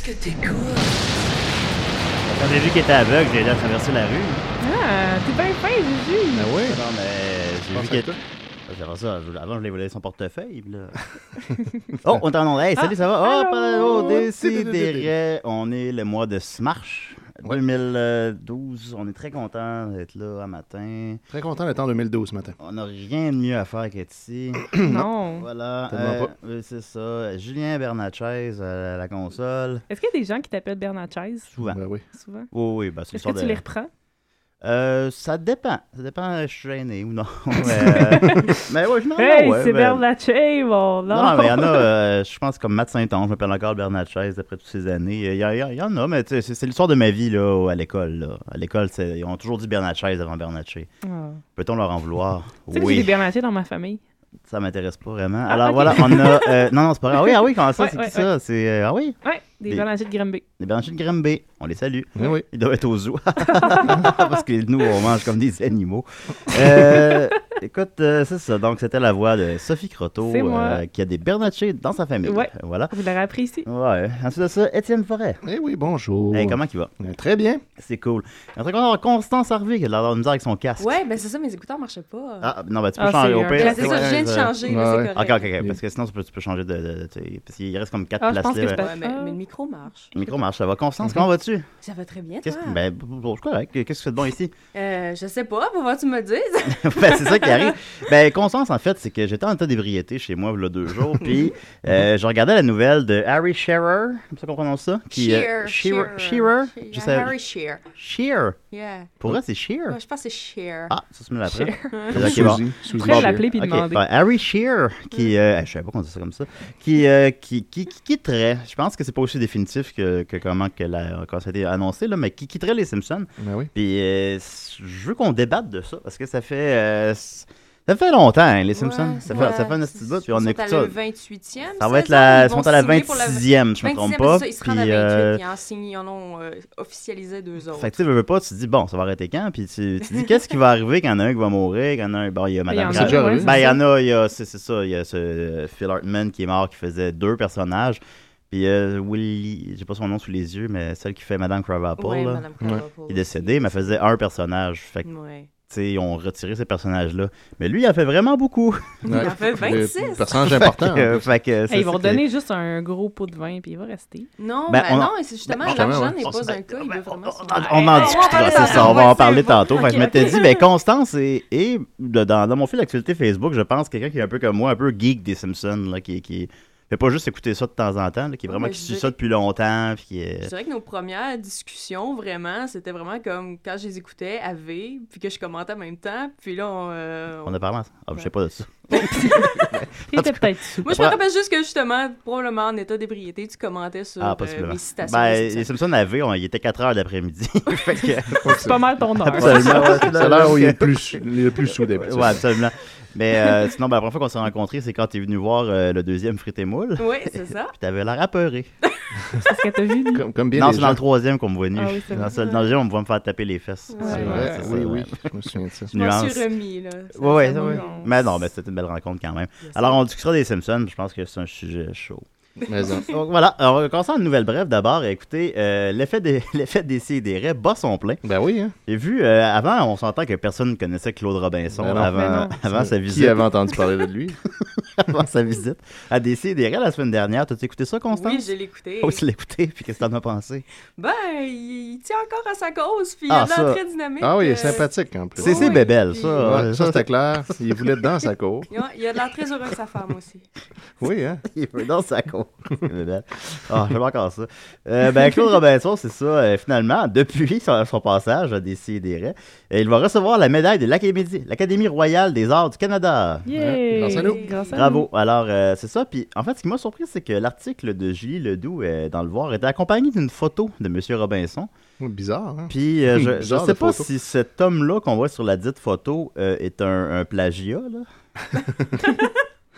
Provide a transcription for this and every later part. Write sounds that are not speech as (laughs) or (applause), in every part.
t'écoute. Quand j'ai vu qu'il était aveugle, j'ai déjà traversé la rue. Ah, t'es bien fin, Jésus. Ben oui. Non, mais euh, j'ai vu Pense qu'il à était. toi. J'avais ça, je- avant je l'ai volé son portefeuille. (laughs) puis Là. oh, on est en onde. Hey, salut, ça va? Ah, allô? Oh, décidéré. Dédédédé. On est le mois de Smash Ouais. 2012. On est très content d'être là un matin. Très content d'être en 2012 ce matin. On n'a rien de mieux à faire (clears throat) qu'être ici. non. voilà. Tellement euh, euh, C'est ça. Julien Bernatchez euh, à la console. Est-ce qu'il y a (laughs) des gens qui t'appellent Bernard Chase, Souvent. Ben oui. souvent? Oui, oui, bah, c'est Est-ce une que sorte tu de- les reprends? Euh, ça dépend. Ça dépend, euh, je suis gêné ou non. (laughs) (laughs) mais, euh, mais ouais, je me Hey, ouais, c'est ben- Bernard Chase, mon nom. Non, mais il y en a, euh, je pense comme Matt Saint-Onge, je m'appelle encore Bernard Chaise après toutes ces années. Euh, Il y, a- il y a- il y en a, mais tu sais, c'est c'est l'histoire de ma vie là, au- à l'école. là. À l'école, c'est- ils ont toujours dit Bernard Chaise avant Bernard Chaise. Ah. Peut-on leur en vouloir? (laughs) Tu sais que j'ai Oui, des Bernard Chase dans ma famille. ça m'intéresse pas vraiment. Ah, Alors ok. voilà, on a... euh, non, non, c'est pas vrai. Ah oui, ah oui, comment (laughs) ça, Ouais, c'est ouais, qui ça? C'est... euh, ah oui, Ouais, des Des- Bernard Chase de Grimby. les Bernard Chaise de Grimby. On les salue. Ben oui. Ils doivent être (laughs) au zoo. (laughs) Parce que nous, on mange comme des animaux. Euh, écoute, euh, c'est ça. Donc, c'était la voix de Sophie Croteau, euh, C'est moi. qui a des Bernatchez dans sa famille. Ouais. Voilà. Vous l'aurez appris ici. Ouais. Ensuite de ça, Étienne Forêt. Eh oui, bonjour. Hey, comment il va? Ben, Très bien. C'est cool. En tout cas, on a Constance Harvey qui a de la misère avec son casque. Ouais, ben c'est ça, mes écouteurs marchaient pas. Ah, non, ben tu peux Ah, changer c'est au un- pire. Ben, c'est ça, je viens de changer, là, Ouais. c'est Ok, correct. ok, ok. Parce que sinon, tu peux, tu peux changer de. de- de- tu sais, parce qu'il reste comme quatre Ah, je places pense que libres. c'est pas- Mhm. Ouais, mais, mais le micro marche. Le micro marche, ça va. Constance, comment vas-tu? Ça va très bien, toi? Qu'est-ce que. Ben, b- b- c'est correct. Qu'est-ce que tu fais de bon ici? Euh, je sais pas, pour voir tu me le dises. (laughs) ben, c'est ça qui arrive. Ben, Constance, en fait, c'est que j'étais en état d'ébriété chez moi, il y a deux jours, Mhm. puis euh, je regardais la nouvelle de Harry Shearer, c'est ça qu'on prononce ça? Qui, euh, Shear, shear, Shearer. Shearer? shear. Je sais- Harry Shear. Shear. Yeah. Pour vrai, c'est Shear. Ouais, je pense que c'est Shear. Ah, ça se met l'après. Comme Ok, bon. Oh. Suzy. Suzy Après Shear. l'appeler puis Ok, demander. ben, Harry Shearer, qui, euh, je savais pas qu'on disait ça comme ça, qui, euh, qui, qui, qui quitterait, je pense que c'est pas aussi définitif que, que comment que la, quand ça a été annoncé, là, mais qui quitterait les Simpsons. Ben oui. Puis euh, je veux qu'on débatte de ça, parce que ça fait, euh, ça fait longtemps, hein, les Simpsons. Ouais, ça, ouais. fait, ça fait un petit bout, puis on Ils sont écoute à ça. le 28e. Ça va être c'est ça? la, Ils ils vont sont à la signer pour 26e, je me 26e, trompe pas. c'est ça, Ils se rendent à Puis, 28, euh, puis en signe, ils en ont euh, officialisé deux autres. fait que tu sais, veux veux pas, tu te dis, bon, ça va arrêter quand? Puis tu, tu te dis, qu'est-ce qui va arriver quand il y en a un qui va mourir, quand il y en a un, bon, il y a Il y en Madame a, C'est Grave. déjà ouais, arrivé. c'est Ben, il y ça. en a, il y a, c'est c'est ça, il y a ce euh, Phil Hartman qui est mort, qui faisait deux personnages. Puis euh, Willy, j'ai pas son nom sous les yeux, mais celle qui fait Madame Cravapple, Ouais, là, Madame Krabappel qui est décédée, mais elle faisait un personnage. Fait que, tu Ouais. sais, ils ont retiré ces personnages-là. Mais lui, il a fait vraiment beaucoup. (laughs) Ouais. Il en fait 26. Le Personnage important. Euh, fait que, (laughs) c'est Hey, ils ça vont que- donner juste un gros pot de vin, puis il va rester. Non, Ben, ben, on en- non, et c'est justement, ben, l'argent justement, n'est on- ben, pas un cas, il veut On, vraiment son on- on en discutera, c'est ça, on va en parler tantôt. Fait que je m'étais dit, ben Constance et, et de- dans, dans mon fil d'actualité Facebook, je pense quelqu'un qui est un peu comme moi, un peu geek des Simpsons, là, qui, qui fait pas juste écouter ça de temps en temps, là, qui est vraiment Ouais, qui je suit dirais- ça depuis longtemps, puis qui Je est... dirais que nos premières discussions, vraiment, c'était vraiment comme quand je les écoutais à V, puis que je commentais en même temps, puis là, on... euh, On a parlé ensemble. Ah, je sais Ouais. pas de ça. Il était peut-être sous. Moi, je me rappelle juste que, justement, probablement en état d'ébriété, tu commentais sur Ah, euh, possiblement. mes citations. Ben, des les Simpsons. Simpsons avaient, on, il était 4 heures l'après-midi. (laughs) fait que... C'est pas mal ton heure. Absolument. ouais, C'est l'heure où il est le plus, le plus sous des Ouais, absolument. Mais (laughs) euh, sinon, ben, la première fois qu'on s'est rencontrés, c'est quand tu es venu voir euh, le deuxième Frites et Moules. Oui, c'est ça. Puis t'avais l'air apeuré. C'est ce que t'as vu, lui. Comme, comme bien Non, des c'est dans gens. le troisième qu'on me voit nu. Ah oui, c'est dans, vrai. ce- dans le deuxième, on me voit me faire taper les fesses. Ouais. C'est Ouais, vrai, c'est oui, oui, ça, ouais. je me souviens de ça. Je m'en Nuance. suis remis, là. Ça- Ouais, ouais, ça ouais. m'a- Mais non, mais c'était une belle rencontre quand même. Alors, on discutera des Simpsons, je pense que c'est un sujet chaud. Mais euh, en- Donc voilà, alors, on commence une nouvelle brève d'abord. Écoutez, euh, l'effet des, (laughs) l'effet des et des raies bat son plein. Ben oui, hein. J'ai vu, euh, avant, on s'entend que personne ne connaissait Claude Robinson Ben non. avant, Ben non. avant, sa Qui visite, avait entendu parler de lui? avant sa (laughs) visite à des et des raies la semaine dernière. T'as écouté ça, Constance? Oui, je l'ai écouté. (laughs) Oh, tu l'as écouté, puis qu'est-ce que t'en as pensé? Ben, il il tient encore à sa cause, puis Ah, il a de ça. l'air très dynamique. Ah oui, il est euh, sympathique en plus. C'est c'est oui, bébelle, puis- ça. Ouais, ça, c'était clair. Il voulait dedans sa cour. Il a- il a de l'air très heureux de sa femme aussi. (laughs) Oui, hein? Il veut dans sa cour. C'est belle. Ah, j'aime encore ça. Euh, ben, Claude Robinson, c'est ça. euh, finalement, depuis son, son passage à Décideret, euh, il va recevoir la médaille de l'Académie, l'Académie royale des arts du Canada. Yeah. Grâce à nous. Grâce à Bravo. Alors, euh, c'est ça. Puis, en fait, ce qui m'a surpris, c'est que l'article de Julie Ledoux euh, dans Le Voir était accompagné d'une photo de M. Robinson. Oui, Bizarre, hein? Puis, euh, Hum, je- je ne bizarre, sais la pas photo. si cet homme-là qu'on voit sur la dite photo euh, est un, un plagiat, là. (laughs)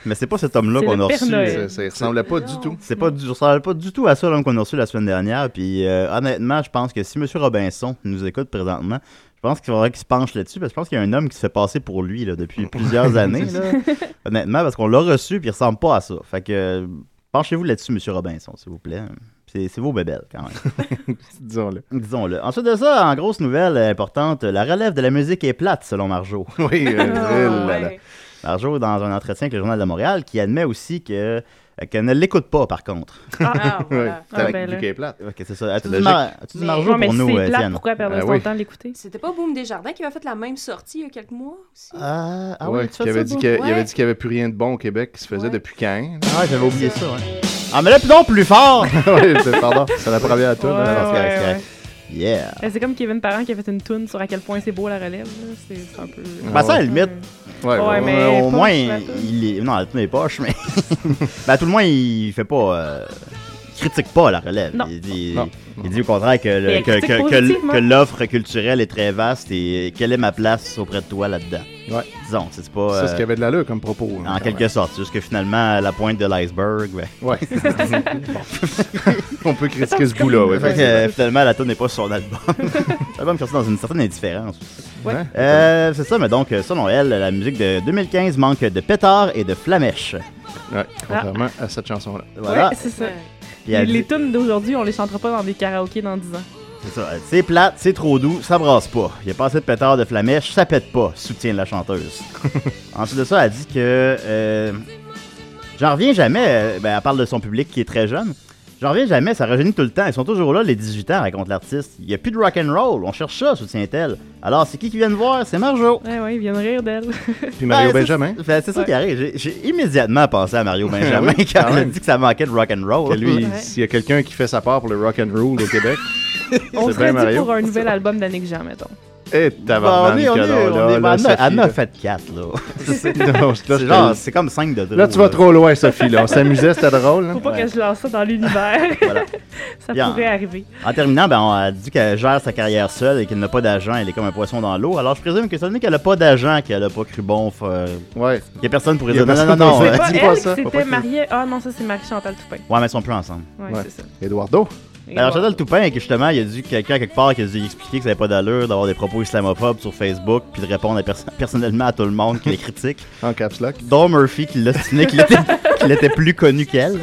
Mais c'est pas cet homme-là C'est qu'on le a Père reçu. Noël. euh, Ça, ça y ressemblait pas du Non. tout. c'est pas du, ça ressemble pas du tout à ça l'homme qu'on a reçu la semaine dernière. Puis euh, honnêtement, je pense que si M. Robinson nous écoute présentement, je pense qu'il faudrait qu'il se penche là-dessus parce que je pense qu'il y a un homme qui se fait passer pour lui là, depuis plusieurs années. là. (laughs) Honnêtement, parce qu'on l'a reçu puis il ressemble pas à ça. Fait que euh, penchez-vous là-dessus, M. Robinson, s'il vous plaît. Puis C'est c'est vos bébelles, quand même. disons-le. Disons-le. Ensuite de ça, en grosse nouvelle importante, la relève de la musique est plate, selon Marjo. (laughs) Oui, euh, Ah, eh là là. ouais. Marjo, dans un entretien avec le Journal de Montréal, qui admet aussi que euh, qu'elle ne l'écoute pas, par contre. (laughs) Ah, Ouais, voilà. t'as- ben vu là. qu'elle est plate. Ok, c'est ça. As-tu Ah, C'est dit, logique. Mar- as-tu dit Mais- Marjo Non, mais pour si nous, c'est euh, plate, Étienne? pourquoi perdre Ben son oui. temps à l'écouter? C'était pas Boom Desjardins qui avait fait la même sortie il y a quelques mois aussi? Ah, ah Ouais, oui, tu fais qui ça, avait dit toi? qu'il il Ouais. avait dit qu'il n'y avait plus rien de bon au Québec qui se faisait Ouais. depuis quand? Ah, ouais, j'avais oublié ça, ouais. (laughs) Ah, mais là, plus non, plus fort! Oui, c'est- pardon, c'est la première à tout. hein. Ouais, c'est correct, ouais, c'est correct. Yeah! Ben, C'est comme Kevin Parent qui a fait une toune sur à quel point c'est beau la relève. là. C'est c'est un peu. Ben, ça, à la limite, Ouais, Ouais, ouais. mais- euh, au pas moins, sur la toune. il est. Non, la toune est poche, mais. (laughs) ben, tout le moins, il fait pas. euh, il critique pas la relève. Non. Il dit, Non. il dit au contraire que, le- Mais il que, critique que- que l- positivement. que l'offre culturelle est très vaste et quelle est ma place auprès de toi là-dedans. Ouais. Disons, c'est pas. Ça, c'est euh, ce qu'il y avait de l'allure comme propos. hein, en quand quelque sorte, c'est juste que finalement, à la pointe de l'iceberg, ben, même. Ouais. On peut critiquer ce bout-là, ouais. Fait (laughs) que, effectivement. euh, finalement, la tune n'est pas sur son album. (laughs) L'album est sorti dans une certaine indifférence. Ouais. Hein? Euh, c'est ça, mais donc, selon elle, la musique de 2015 manque de pétard et de flamèche. Ouais, contrairement à cette chanson-là. Voilà. Ouais, c'est ça. Ouais. Puis elle les dit- tunes d'aujourd'hui, on les chantera pas dans des karaokés dans 10 ans. c'est ça, elle dit, C'est plate, c'est trop doux, ça brasse pas. Il y a pas assez de pétard de flamèche, ça pète pas, soutient (laughs) la chanteuse. Ensuite de ça, elle dit que. euh, J'en reviens jamais. euh, ben, elle parle de son public qui est très jeune. J'en reviens jamais, ça rajeunit tout le temps. Ils sont toujours là, les 18 ans, raconte l'artiste. Il n'y a plus de rock and roll, on cherche ça, soutient-elle. Alors, c'est qui qui vient de voir C'est Marjo. Ouais, ouais, ils viennent rire d'elle. Puis Mario Ben, c'est- Benjamin, ben, C'est ça Ouais. qui arrive. J'ai- J'ai immédiatement pensé (laughs) à Mario Benjamin quand il a même. dit que ça manquait de rock and roll. que lui, Ouais. s'il y a quelqu'un qui fait sa part pour le rock and roll au Québec, On c'est serait bien dit Mario. pour un nouvel album d'Annick Jean, mettons. Eh, Ben, on tabarnak, est, on est, on est, là, là, ben, elle (laughs) en a- elle en a Sophie, fait 4, là. là. Non, je- là, C'est je- genre, c'est comme 5 de trop. Là, tu vas trop loin, Sophie. Là, on s'amusait, c'était drôle. hein. Faut pas Ouais. que je lance ça dans l'univers. (laughs) Voilà. ça Bien. pourrait arriver. En terminant, ben, on a dit qu'elle gère sa carrière seule et qu'elle n'a pas d'agent. Elle est comme un poisson dans l'eau. Alors, je présume que ça veut dire qu'elle n'a pas d'agent, qu'elle n'a pas cru bon, faut, euh, Ouais. qu'il n'y a personne pour lui Il y a dire non, non, non, personne non. pour euh, dire C'est pas dis elle pas qui ça, faut pas s'était que- mariée. Ah non, ça c'est Marie-Chantal Toupin. Ouais, mais ils sont plus ensemble. Ouais, Ouais. c'est ça. Eduardo. Et Alors, voilà. Chantal Toupin, et que justement, il y a dû quelqu'un quelque part qui a dû lui expliquer que ça n'avait pas d'allure d'avoir des propos islamophobes sur Facebook puis de répondre à perso- personnellement à tout le monde qui les critique. En caps lock. Dont Murphy qui l'ostinait qu'il était, qu'il était plus connu qu'elle.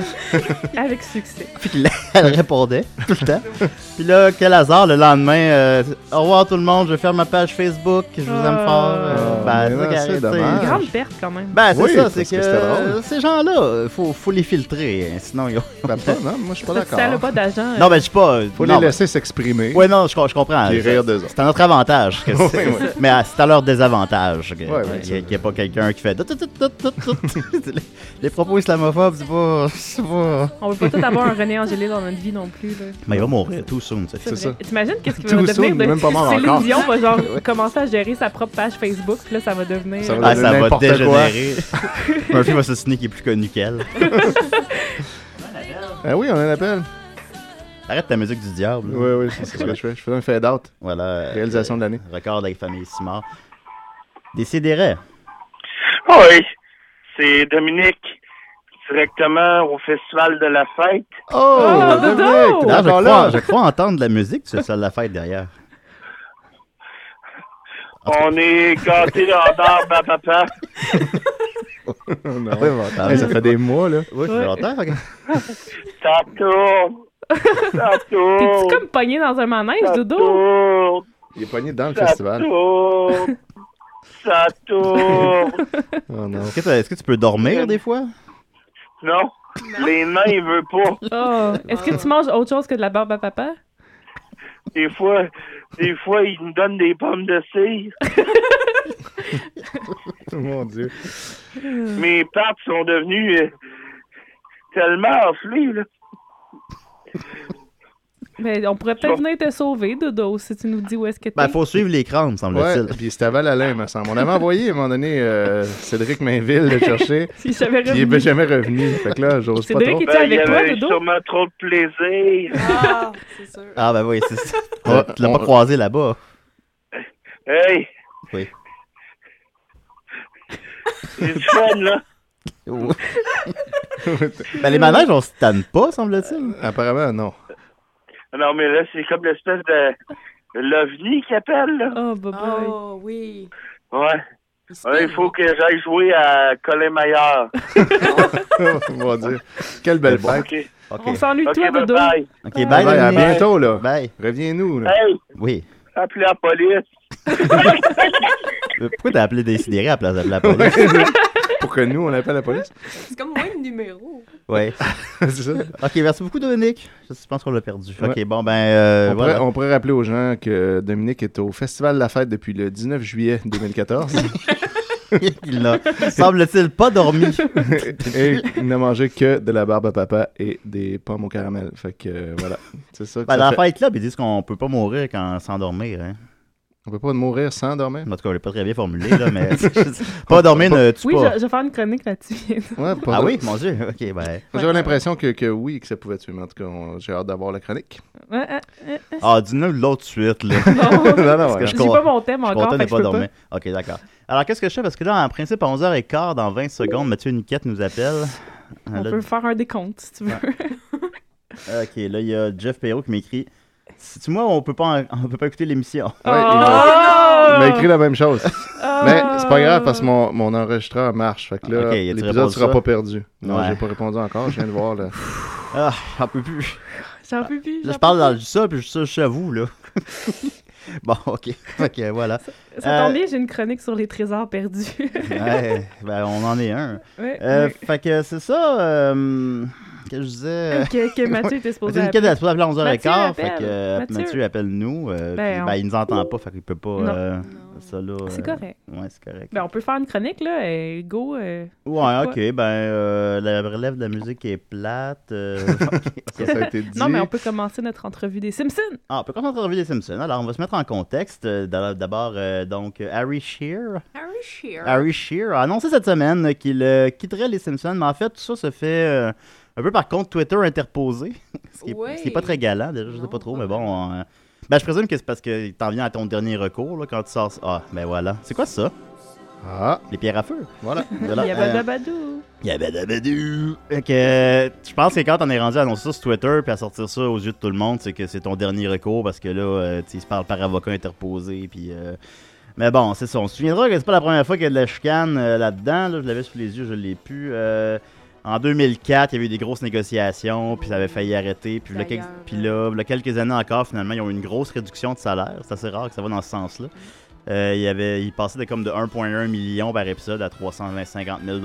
Avec succès. Puis qu'il- elle répondait (laughs) tout le temps. Puis là, quel hasard, le lendemain, euh, au revoir tout le monde, je ferme ma page Facebook, je vous aime Ah. fort. Euh, Ah, mais ben, ça, non, c'est c'est dommage. dommage. Grande perte quand même. Ben, c'est Oui, ça, parce c'est que, que c'était drôle. ces gens-là, euh, faut, faut les filtrer, hein, sinon ils ont... Ben, pas- non, moi, je suis pas Parce que si elle a d'accord. pas d'agent, Non, ben, je sais pas... euh, Faut non, les laisser s'exprimer. ben, Ouais, non, je, com- je comprends. Puis C'est- rire d'eux autres. C'est à notre avantage. que c'est- (laughs) Oui, oui. Mais euh, c'est à leur désavantage que- Ouais, oui, qu'il n'y a, qu'il y a pas quelqu'un qui fait... tout, tout, tout, tout, tout, (laughs) tout. les, les propos islamophobes, c'est pas... c'est pas- on veut pas tout avoir un René Angélil dans notre vie non plus. là. Mais Ben, il va mourir tout soon, tu sais. C'est C'est vrai. T'imagines qu'est-ce qui va Too devenir soon, il de est même pas mort Céline encore. Dion va (laughs) genre commencer à gérer sa propre page Facebook, puis là ça va devenir Ça va Ah, ça va N'importe quoi. dégénérer. (laughs) Murphy va s'assiner qui est plus connu qu'elle. Ah oui, on a un appel. Arrête ta musique du diable. Oui, oui, c'est ce que je fais. Je fais un fade-out. Voilà. euh, Réalisation de l'année. Record avec Famille Simard. Décidérez. Ah Oui, c'est Dominique, directement au Festival de la Fête. Oh, Dodo! Dominique, t'es Ah, je, encore crois, là. je crois entendre de la musique, tu ça la fête derrière. On est gâtés dans barbe à papa. Non. Hey, Ça fait des mois, là. Oui, ça fait Ouais. longtemps. ok. Ça tourne. Ça (laughs) T'es-tu tourne. comme pogné dans un manège, Ça Dodo? tourne. Il est pogné dans le Ça festival. (laughs) tourne. Ça (laughs) tourne. Oh non. Est-ce que, t'as- est-ce que tu peux dormir des fois? Non, les nains, ils veulent pas. Oh, Est-ce que tu manges autre chose que de la barbe à papa? Des fois, des fois, ils nous donnent des pommes de cire. Mon Dieu. Euh. Mes pattes sont devenues euh, tellement enflées, là. Mais Ben, on pourrait peut-être venir te sauver, Dodo, si tu nous dis où est-ce que t'es. Ben, faut suivre l'écran, me Ouais, semble-t-il. puis c'était à Val-Alain, me semble. On avait envoyé, à un moment donné, euh, Cédric Mainville le chercher. Si j'avais Puis il n'est revenu. jamais revenu. Fait que là, j'ose pas Cédric trop. est- Ben, T'es il y avec toi, avait Dodo? sûrement trop de plaisir. (laughs) Ah, c'est sûr. Ah, ben oui, c'est ça. (laughs) Ouais, tu l'as on- pas croisé là-bas. Hey! Oui. (laughs) C'est du fun, là. ben, les manèges, on se tanne pas, semble-t-il. Apparemment, non. (laughs) Non, mais là, c'est comme l'espèce de l'OVNI qui appelle, là. Oh, bah bye-bye. Oh, oui. Ouais. se Ouais, Il perd. faut que j'aille jouer à Colin Maillard. On va dire. Oh, Quelle belle fête. OK. OK. On s'ennuie OK, toi, bye Dodo. bye. OK, bye, Bye, à Dominique. bientôt, là. Bye. Reviens-nous, là. Hey, Oui. appelez la police. Euh, Pourquoi t'as appelé Décidéré à la place d'appeler la police? (laughs) Pour que nous, on appelle la police. (laughs) C'est comme moins de numéro. Oui. C'est ça. OK, merci beaucoup, Dominique. Je pense qu'on l'a perdu. OK, Ouais. bon, ben, euh, on, voilà. pourrait, on pourrait rappeler aux gens que Dominique est au Festival de la Fête depuis le 19 juillet (laughs) 2014 (laughs) Il n'a, semble-t-il, pas dormi. et il n'a mangé que de la barbe à papa et des pommes au caramel. Fait que euh, voilà, c'est ça. que Ben, ça dans la fait. Fight Club, ils disent qu'on peut pas mourir quand s'endormir. Hein. On peut pas mourir sans dormir. En tout cas, on l'a pas très bien formulé, là, mais (laughs) pas dormir ne tue Oui, je, pas. je vais faire une chronique (laughs) là-dessus. Ouais, pas Ah de- oui, mon Dieu. OK, ben. J'avais l'impression que, que oui, que ça pouvait tuer, mais en tout cas, on- j'ai hâte d'avoir la chronique. Ouais, hein. ouais, ouais. Ah, dis-nous l'autre suite, (laughs) là. Non. non, non, Parce que ouais. je J'ai compte- pas mon thème Je suis encore, content de fait que je pas peux dormir. OK, d'accord. Alors, qu'est-ce que je fais? Parce que là, en principe, à 11h15, dans 20 secondes, Mathieu Niquette nous appelle. pas. On Là, peut faire un décompte, si tu veux. OK, là, il y a Jeff Perrault qui m'écrit. Si tu moi, on peut pas, en- on peut pas écouter l'émission. Oh, Ouais, il m'a- Ah! il m'a écrit la même chose. Mais c'est pas grave parce que mon, mon enregistreur marche. Fait que là, Ok, y a-tu l'épisode répondu sera ça? pas perdu. Non, Ouais. j'ai pas répondu encore. Je viens de voir là. Ah, j'en peux plus. J'en peux plus. Là, j'en je parle peux dans le ça, puis je suis chez vous, là. (laughs) bon, OK. OK, (laughs) voilà. plus. Ça euh, tombe bien, j'ai une chronique sur les trésors perdus. (laughs) Ouais, ben, on en est un. Ouais, Euh, ouais. Fait que c'est ça euh, que je disais. euh, que, que Mathieu était supposé Mathieu Niquette, appeler. elle se appeler à 11h15. Euh, Mathieu Fait que euh, appelle. Mathieu appelle-nous. euh, Ben, puis, on- ben, il nous entend pas, fait qu'il peut pas. Non. euh, Non. ça, là, C'est euh, correct. Ouais, c'est correct. Ben, on peut faire une chronique, là. euh, go. euh, ouais, quoi. ok. Ben, euh, la relève de la musique est (laughs) plate. euh, (laughs) Ça, ça a été dit. Non, mais on peut commencer notre entrevue des Simpsons. Ah, on peut commencer à revue des Simpsons. Alors, on va se mettre en contexte. Euh, d'ab- D'abord, euh, donc, euh, Harry Shearer. Harry Shearer. Harry Shearer a annoncé cette semaine qu'il euh, quitterait les Simpsons, mais en fait, tout ça se fait euh, un peu par compte Twitter interposé, (laughs) ce qui n'est Ouais. pas très galant, déjà, je sais Non, pas trop, pas mais bon. on, euh, ben, je présume que c'est parce que t'en viens à ton dernier recours là, quand tu sors. Ah, ben voilà. C'est quoi ça? Ah, Les pierres (laughs) à feu? voilà. Voilà, Il y a euh, Badabadou. Yabadabadou. Fait que, euh, je pense que quand on est rendu à annoncer ça sur Twitter puis à sortir ça aux yeux de tout le monde, c'est que c'est ton dernier recours parce que là, euh, tu sais, ils se parlent par avocat interposé. Puis, euh, Mais bon, c'est ça. On se souviendra que c'est pas la première fois qu'il y a de la chicane euh, là-dedans. Là, je l'avais sous les yeux, je l'ai pu. Euh, en 2004, il y avait eu des grosses négociations, puis ça avait failli arrêter. Puis, là, quelques, D'ailleurs, puis là, là, quelques années encore, finalement, ils ont eu une grosse réduction de salaire. C'est assez rare que ça va dans ce sens-là. Euh, il, y avait, il passait de comme de 1,1 million par épisode à 350 000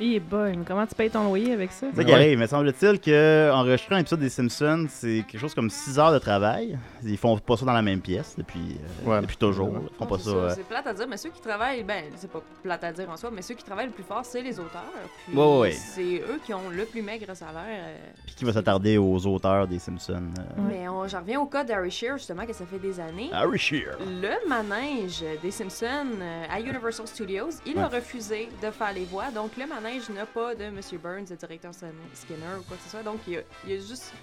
Eh boy, mais comment tu payes ton loyer avec ça? c'est ça qui Ouais. arrive. Mais semble-t-il que enregistrer un épisode des Simpsons, c'est quelque chose comme 6 heures de travail. Ils font pas ça dans la même pièce depuis, euh, Ouais. depuis toujours. Ouais. Ils font pas Non, c'est ça. ça, euh. C'est plate à dire, mais ceux qui travaillent, ben, c'est pas plate à dire en soi, mais ceux qui travaillent le plus fort, c'est les auteurs. Puis Ouais, ouais, ouais. c'est eux qui ont le plus maigre salaire. euh, Puis qui va s'attarder aux auteurs des Simpsons. euh. Ouais. Mais on- j'en reviens au cas d'Harry Shearer, justement, que ça fait des années. Harry Shearer. Le manège des Simpsons euh, à Universal Studios, il a Ouais. refusé de faire les voix. Donc, le manège n'a pas de Monsieur Burns, le directeur Skinner ou quoi que ce soit. Donc, il a, il a juste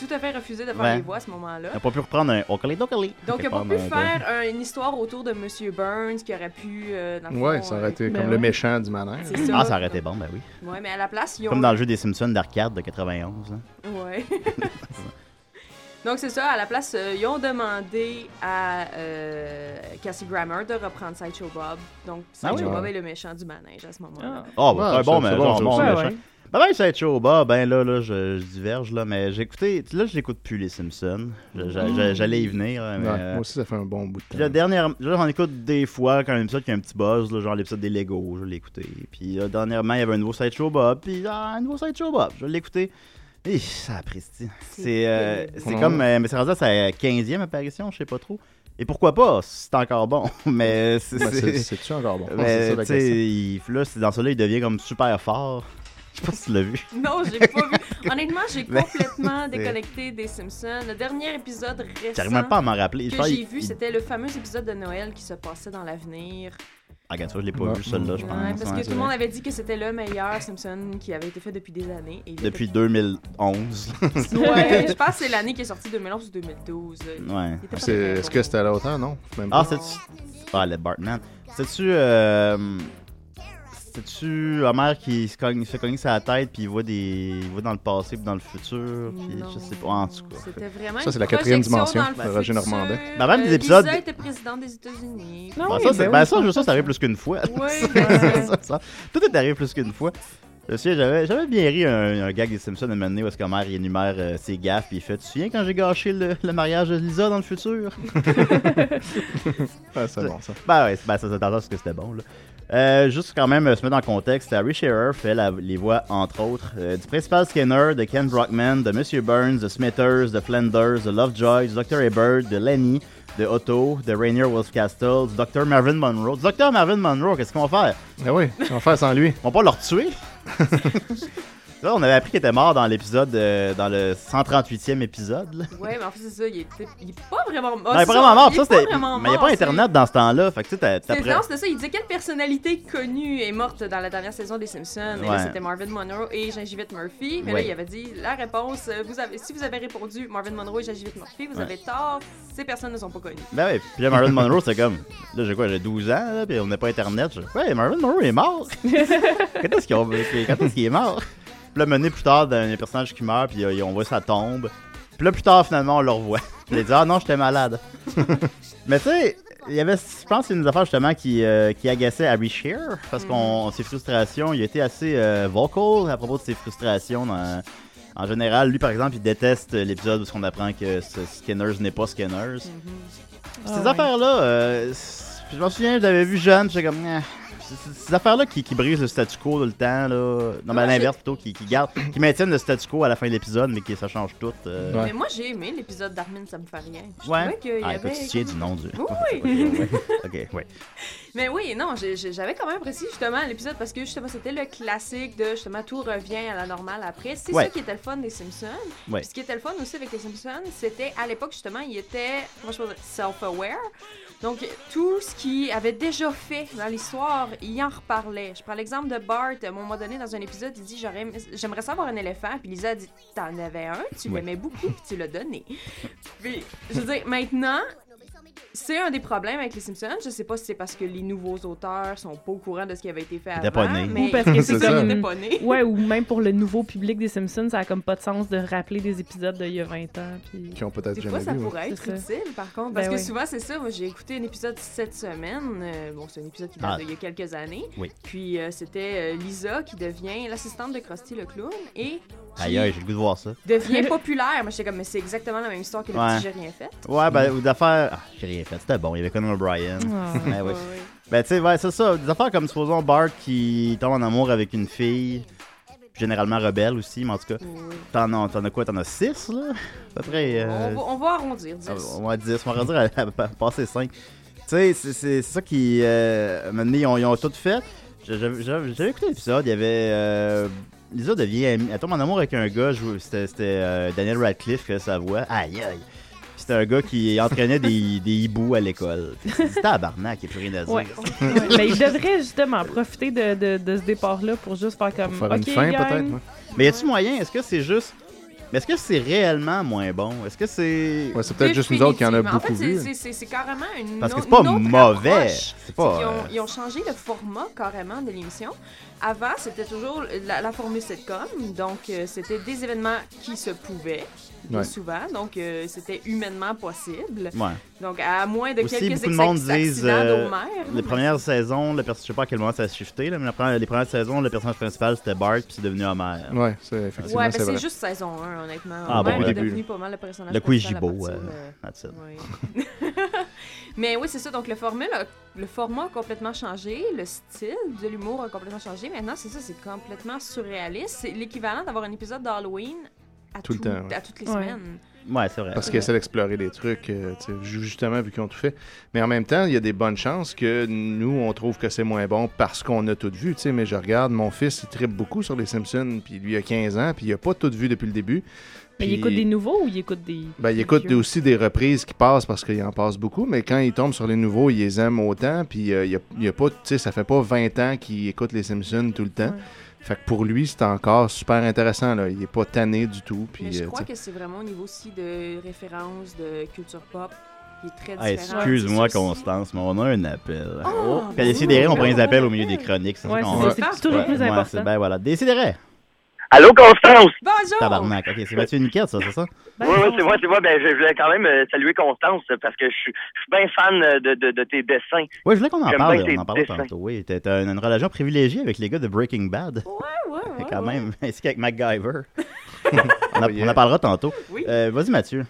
tout à fait refusé de faire Ouais. les voix à ce moment-là. Il a pas pu reprendre un Oakley Dokley. Donc, il n'a pas Pendant pu un faire un- une histoire autour de Monsieur Burns qui aurait pu. euh, dans le Ouais, fond, ça aurait euh, été Ben comme ouais. le méchant du manège. C'est ça. Ah, ça aurait été bon, ben oui. Ouais, mais à la place, ils ont. Comme dans le jeu des Simpsons d'arcade de 91. hein. Ouais. (laughs) Donc, c'est ça, à la place, euh, ils ont demandé à euh, Cassie Grammer de reprendre Sideshow Bob. Donc, Ah oui? Sideshow Bob Ouais. est le méchant du manège à ce moment-là. Ah. Oh, ben, Ouais, c'est un bon, c'est- mais c'est bon, genre, c'est bon, bon. Ouais, méchant. ouais. Ben ben, cette show, bah ben là, là, je, je diverge, là, mais j'ai écouté, là, je n'écoute plus les Simpsons. Je- je- je- J'allais y venir, hein, Ouais, mais... euh, Moi aussi, ça fait un bon bout de temps. Puis la dernière, là, j'en écoute des fois quand un épisode qui a un petit buzz, là, genre l'épisode des Lego, je l'ai écouté. Puis là, dernièrement, il y avait un nouveau Sideshow Bob, puis ah, un nouveau Sideshow Bob, je l'ai écouté. Et ça a pris, c'est- C'est euh, terrible. c'est comme, euh, mais c'est rendu à sa 15e apparition, je sais pas trop. Et pourquoi pas, c'est encore bon, (laughs) mais c'est. Ben, c'est- c'est- C'est-tu encore bon? C'est mais, ça la tu question. sais, il- là, c'est- dans celui-là, il devient comme super fort. (laughs) Je sais pas si tu l'as vu. Non, j'ai pas (laughs) vu. Honnêtement, j'ai Mais- complètement déconnecté des Simpsons. Le dernier épisode J'arrive récent même pas à m'en rappeler. Je que pense j'ai il- vu, il- c'était le fameux épisode de Noël qui se passait dans l'avenir. Ah, regarde, tu vois, je l'ai pas Ouais. vu, celui-là, je Ouais, pense. parce Ouais, que c'est tout le vrai. monde avait dit que c'était le meilleur Simpson qui avait été fait depuis des années. Et il Depuis était- 2011. Ouais, je pense que c'est l'année qui est sortie 2011 ou 2012. (laughs) ouais. Il était pas C'est- très Est-ce bon. que c'était à la hauteur? Non. Même pas. Ah, c'est-tu. Ah, le Bartman. C'est-tu. euh, C'est-tu Homer qui se, cogne, se fait cogner sur la tête, puis il voit, des, il voit dans le passé, puis dans le futur, puis Non. je sais pas, Ah, en tout cas. C'était vraiment Ça, c'est une la quatrième projection dimension dans le de Roger futur. Normandin. Ben, même des Euh, épisodes- Lisa était président des États-Unis. Non, Ben, oui, ça, c'est- oui, ben, je ça, je- comprends ça, ça arrive plus qu'une fois. (laughs) Oui, Ça, ben, ça, ça. Tout est arrivé plus qu'une fois. Je sais, J'avais j'avais bien ri un, un gag des Simpsons à un moment donné où est-ce qu'Homer il énumère euh, ses gaffes puis il fait Tu te souviens quand j'ai gâché le, le mariage de Lisa dans le futur Ah, c'est bon, ça. Ben ouais, ben, ça s'attendait à ce que c'était bon. Là. Euh, juste quand même euh, se mettre en contexte, Harry Shearer fait la- les voix, entre autres, euh, du principal Skinner, de Ken Brockman, de Monsieur Burns, de Smithers, de Flanders, de Lovejoy, du Dr. Ebert, de Lenny, de Otto, de Rainier Wolfcastle, du Dr. Marvin Monroe. Du Dr. Marvin Monroe, qu'est-ce qu'on va faire Ah oui, on va faire sans lui. Ils vont pas leur tuer? Là, on avait appris qu'il était mort dans l'épisode, euh, dans le 138e épisode. là. ouais, mais en fait, c'est ça, il était il est pas vraiment mort. Non, il est pas vraiment mort, ça, c'était. c'était. Mais il n'y a pas Internet dans ce temps-là. Fait que tu sais, t'as- t'as C'est pris- non, c'était ça. Il disait quelle personnalité connue est morte dans la dernière saison des Simpsons. Et Ouais. là, c'était Marvin Monroe et Gingivette Murphy. Mais Ouais. là, il avait dit la réponse. euh, Vous avez, si vous avez répondu Marvin Monroe et Gingivette Murphy, vous Ouais. avez tort. Ces personnes ne sont pas connues. Ben ouais, puis là, Marvin Monroe, c'est comme. Là, j'ai quoi, j'ai 12 ans, là, puis on n'a pas Internet. Je... Ouais, Marvin Monroe est mort. quand est-ce qu'il a- quand est-ce qu'il est mort? Puis là, mené plus tard, d'un personnage qui meurt, puis euh, on voit sa tombe. Puis là, plus tard, finalement, on le revoit. (laughs) Puis il dit, ah non, (laughs) j'étais malade. Mais tu sais, il y avait, je pense, que c'est une affaire justement qui, euh, qui agaçait Harry Shearer, parce Mm-hmm. qu'on ses frustrations, il était assez euh, vocal à propos de ses frustrations dans- En général, lui par exemple, il déteste l'épisode où on apprend que ce Skinners n'est pas Skinners. Ces Mm-hmm. Ah, ouais. affaires-là, euh, c'est- je m'en souviens, je l'avais vu jeune, j'étais comme. Ah. C'est- c'est- Ces affaires-là qui, qui brisent le statu quo tout le temps, là. Non, mais Ouais, à l'inverse plutôt, qui, qui gardent, qui maintiennent le statu quo à la fin de l'épisode, mais qui ça change tout. euh. Ouais. Mais moi, j'ai aimé l'épisode d'Armin, ça me fait rien. Je Ouais. trouvais qu'il y Ah, avait. écoute, tu te souviens du nom du. (laughs) Oui, oui. Ouais. ok, ouais. Mais oui, non, j'ai- j'ai- j'avais quand même apprécié justement l'épisode parce que justement c'était le classique de justement tout revient à la normale après. C'est Ouais. ça qui était le fun des Simpsons. Ouais. Puis ce qui était le fun aussi avec les Simpsons, c'était à l'époque justement, ils étaient comment je peux dire, self-aware. Donc tout ce qu'ils avaient déjà fait dans l'histoire, ils en reparlaient. Je prends l'exemple de Bart. À un moment donné, dans un épisode, il dit J'aurais aimé- J'aimerais ça avoir un éléphant. Puis Lisa a dit T'en avais un, tu Ouais. l'aimais beaucoup, puis tu l'as (laughs) donné. Puis, je veux dire, maintenant, c'est un des problèmes avec les Simpsons. Je sais pas si c'est parce que les nouveaux auteurs sont pas au courant de ce qui avait été fait Ils étaient avant. pas nés. Mais Ou (laughs) parce que c'est c'est ça, ça. ils étaient pas nés. Ouais, ou même pour le nouveau public des Simpsons, ça a comme pas de sens de rappeler des épisodes d'il y a 20 ans. Puis... Qui ont peut-être Des fois, jamais ça vu. ouais. pourrait être C'est ça. utile, par contre. Ben Parce que oui. souvent, c'est ça. Moi, j'ai écouté un épisode cette semaine. Euh, bon, c'est un épisode qui Ah. date d'il y a quelques années. Oui. Puis, euh, c'était euh, Lisa qui devient l'assistante de Krusty le clown et qui Aïe, aïe, j'ai le goût de voir ça. (laughs) devient populaire. Moi, j'étais comme, mais c'est exactement la même histoire que le Ouais. petit J'ai rien fait. Ouais, ben, ou d'affaires. Ah, j'ai rien fait, c'était bon, il y avait Conan O'Brien. Ah. Ouais, ouais. Ouais, ouais. Ben, tu sais, ouais, c'est ça. Des affaires comme, supposons, Bart qui tombe en amour avec une fille, généralement rebelle aussi, mais en tout cas. Ouais. T'en as, t'en as quoi T'en as 6 là À peu près. euh, On, va, on va arrondir, dix. ah, on va à 10. On va dire à, à- à passer 5. Tu sais, c'est- c'est ça qui. Euh, à un moment donné, ils ont, ils ont tout fait. Je- je- je- J'avais écouté l'épisode, il y avait. Euh, Lisa devient. amie- Elle tombe en amour avec un gars, je- c'était c'était, euh, Daniel Radcliffe que sa voix. Aïe aïe C'était un gars qui entraînait des, (laughs) des hiboux à l'école. C'était tabarnak, il n'y a plus rien à dire. Ouais. Mais il devrait justement profiter de, de, de ce départ-là pour juste faire comme. Pour faire ok, une fin, gang, peut-être. ouais. Mais y a-tu moyen Est-ce que c'est juste. Mais est-ce que c'est réellement moins bon Est-ce que c'est. Ouais, c'est peut-être juste nous autres qui en a Définitivement. beaucoup en fait, vu. c'est- c'est- C'est carrément une Parce que au- c'est pas une autre mauvais. approche. C'est pas. Ils euh, ont, ils ont changé le format carrément de l'émission. Avant, c'était toujours la, la formule sitcom. Donc, euh, c'était des événements qui se pouvaient, bien Ouais. souvent. Donc, euh, c'était humainement possible. Ouais. Donc, à moins de Aussi, quelques beaucoup de monde accidents disent, euh, d'Homer. Les premières saisons, le pers- je sais pas à quel moment ça a shifté, là, mais la première- les premières saisons, le personnage principal c'était Bart, puis c'est devenu Homer. Ouais, c'est effectivement, Ouais, mais c'est c'est vrai. juste saison 1, honnêtement. Ah, Homer bon, au est début, devenu pas mal le personnage Le coup est principal à gibot, partir euh, de- That's it. Oui. (laughs) mais oui, c'est ça. Donc, le, formule a- le format a complètement changé. Le style de l'humour a complètement changé. Maintenant, c'est ça, c'est complètement surréaliste. C'est l'équivalent d'avoir un épisode d'Halloween à, Tout le tout- temps, ouais. à toutes les Ouais. semaines. Ouais, c'est vrai. Parce qu'ils essaient d'explorer des trucs, euh, tu sais, ju- justement, vu qu'ils ont tout fait. Mais en même temps, il y a des bonnes chances que nous, on trouve que c'est moins bon parce qu'on a tout vu. tu sais. Mais je regarde, mon fils, il tripe beaucoup sur les Simpsons, puis lui, il a 15 ans, puis il a pas tout vu depuis le début. Mais il Puis- écoute des nouveaux ou il écoute des. Ben, il des écoute vieux? aussi des reprises qui passent parce qu'il en passe beaucoup, mais quand il tombe sur les nouveaux, il les aime autant, puis euh, il y a, il y a pas, tu sais, ça fait pas 20 ans qu'il écoute les Simpsons tout le temps. Ouais. Fait que pour lui, c'est encore super intéressant, là. Il est pas tanné du tout, puis... mais je euh, crois tu sais. que c'est vraiment au niveau aussi de référence, de culture pop. Il est très Ah, différent. Excuse-moi, C'est sûr, c'est- Constance, mais on a un appel. Oh, Puis à Décidéré, on prend les appels au milieu des chroniques. C'est ça Ouais, qu'on c'est va- ça, c'est toujours Ouais, plus ouais, important. c'est- Ben voilà. Décidéré. Allô, Constance? Bonjour! Tabarnak. Ok, c'est Mathieu Niquette, ça, c'est ça? Ben, oui, oui, non, c'est moi, c'est moi. Ben, je voulais quand même euh, saluer Constance euh, parce que je suis je suis bien fan euh, de, de, de tes dessins. Oui, je voulais qu'on en J'aime parle. bien tes On en parle dessins. tantôt. Oui, t'as t'as une, une relation privilégiée avec les gars de Breaking Bad. Ouais, ouais, ouais, quand ouais. même, ainsi qu'avec MacGyver. on, en- Oh, yeah. on en parlera tantôt. Oui. Euh, Vas-y, Mathieu.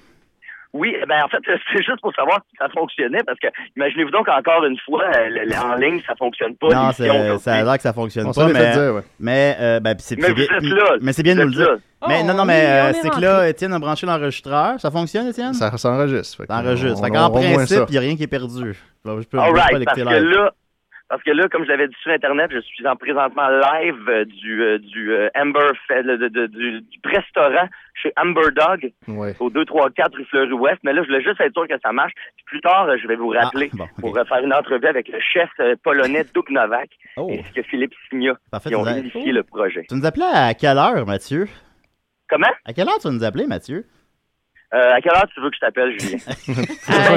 Oui, ben en fait, (laughs) c'est juste pour savoir si ça fonctionnait parce que imaginez-vous donc encore une fois, euh, le- le- en ligne, ça fonctionne pas. non, l'émission, c'est- donc, ça a l'air que ça fonctionne On pas, s'en est fait mais, dire, ouais. mais, euh, ben, puis c'est- Mais c'est vous bien- êtes là. mais c'est bien de vous nous le êtes dire. là. Mais Oh, non, non, on mais est- on euh, est c'est que rentré. là, Étienne a branché l'enregistreur. Ça fonctionne, Étienne? Ça Ça s'enregistre. fait que enregistre. on- Fait qu'en on- on voit principe, ça. il n'y a rien qui est perdu. Je peux- je peux All pas right, parce l'écouter que live. là, parce que là, comme je l'avais dit sur Internet, je suis en présentement live euh, du, euh, du euh, Amber Fe- le- de- de- du, du restaurant chez Amber Dog Ouais. au 234 rue Fleury-Ouest. Mais là, je voulais juste être sûr que ça marche. Puis plus tard, euh, je vais vous rappeler Ah, bon, ok. pour euh, faire une entrevue avec le chef euh, (laughs) polonais Doug Novak Oh, ainsi que Philippe Signa parfait. qui ont Tu nous, as- initié le projet. tu nous appelais à quelle heure, Mathieu? Comment? À quelle heure tu nous appelais, Mathieu? Euh, à quelle heure tu veux que je t'appelle, (laughs) Julien? à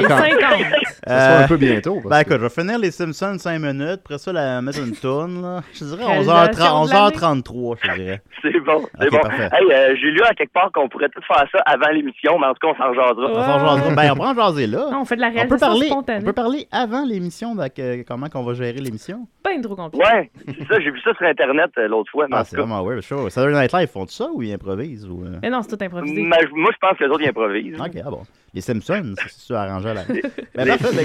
Ça, quand- 50. ça sera Euh, un peu bientôt. parce Ben que- écoute, je vais finir les Simpsons 5 minutes, après ça, la mettre une tourne, là. Je dirais Réalisation 11h30, de l'année. 11h33, je dirais. c'est bon, (laughs) c'est Ok, bon. parfait. Hey, euh, j'ai lu à quelque part qu'on pourrait tout faire ça avant l'émission, mais en tout cas, on s'en jasera. On s'en Ouais. jasera. Ben, on prend jaser là. Non, on fait de la On peut, réalisation parler, on spontanée. peut parler avant l'émission, donc, euh, comment qu'on va gérer l'émission. Pas trop compliqué. Ouais, c'est ça, j'ai vu ça sur Internet euh, l'autre fois. mais en Ah, tout c'est cas, vraiment weird. Show. Saturday Night Live, font ça ou ils improvisent? Ou, euh? Mais non, c'est tout improvisé. ma- moi, je pense que les autres, ils improvisent. Ok, ah bon. Les Simpsons, c'est sûr arrangé à la... Ben, Mm. Les- parfait,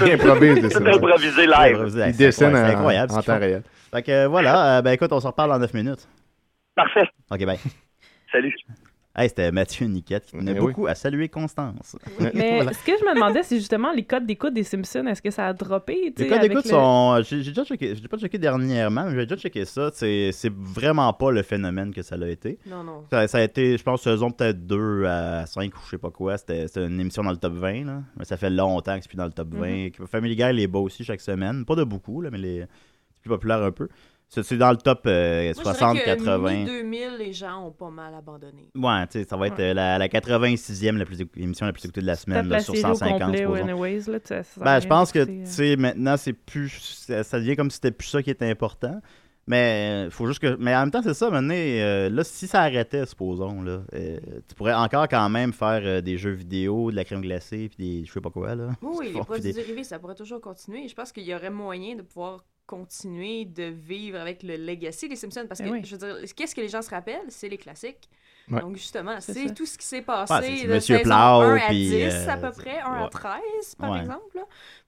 ben, Il improvise des C'est scènes. improvisé c'est live. improvisé. Il C'est dessine incroyable, c'est en incroyable ce en qu'ils temps font. réel. Fait que euh, voilà, euh, ben écoute, on se reparle dans 9 minutes. Parfait. Ok, bye. Salut. Hey, c'était Mathieu Niquette qui tenait Eh oui. beaucoup à saluer Constance. Mais Voilà. ce que je me demandais, c'est justement les codes d'écoute des Simpsons. Est-ce que ça a droppé? tu sais, Les codes avec d'écoute le- sont. euh, J'ai j'ai déjà checké. J'ai pas checké dernièrement, mais j'ai déjà checké ça. C'est c'est vraiment pas le phénomène que ça l'a été. Non, non. Ça, ça a été, je pense, saison peut-être 2 à 5 ou je sais pas quoi. C'était c'était une émission dans le top 20. Là. Mais ça fait longtemps que c'est plus dans le top 20. Family Guy, il est beau aussi chaque semaine. Pas de beaucoup, là, mais les... c'est plus populaire un peu. C'est c'est dans le top Moi, euh, 60, je dirais que 80. 2000 les gens ont pas mal abandonné. Ouais, tu sais, ça va être euh, la, la 86e la plus éc- émission la plus écoutée de la Peut-être semaine là, la sur série au 150, complet, ou supposons. anyways, là, tu sais, ça sert à Ben, rien euh. je pense que, d'écouter, tu sais, maintenant, c'est plus. Ça, ça devient comme si c'était plus ça qui était important. Mais euh, faut juste que. Mais en même temps, c'est ça, maintenant, euh, là, si ça arrêtait, supposons, là, euh, tu pourrais encore quand même faire euh, des jeux vidéo, de la crème glacée, puis des. Je sais pas quoi, là. Oui, oui, Bon, les produits (laughs) des- dérivés, ça pourrait toujours continuer. Je pense qu'il y aurait moyen de pouvoir continuer de vivre avec le legacy des Simpsons. Parce que, Eh oui. je veux dire, qu'est-ce que les gens se rappellent? C'est les classiques. Ouais. Donc, justement, C'est c'est ça. tout ce qui s'est passé Ouais, c'est- c'est de Monsieur saison Plow, 1 à puis, 10, euh, à peu près, 1 ouais. à 13, par Ouais. exemple. là.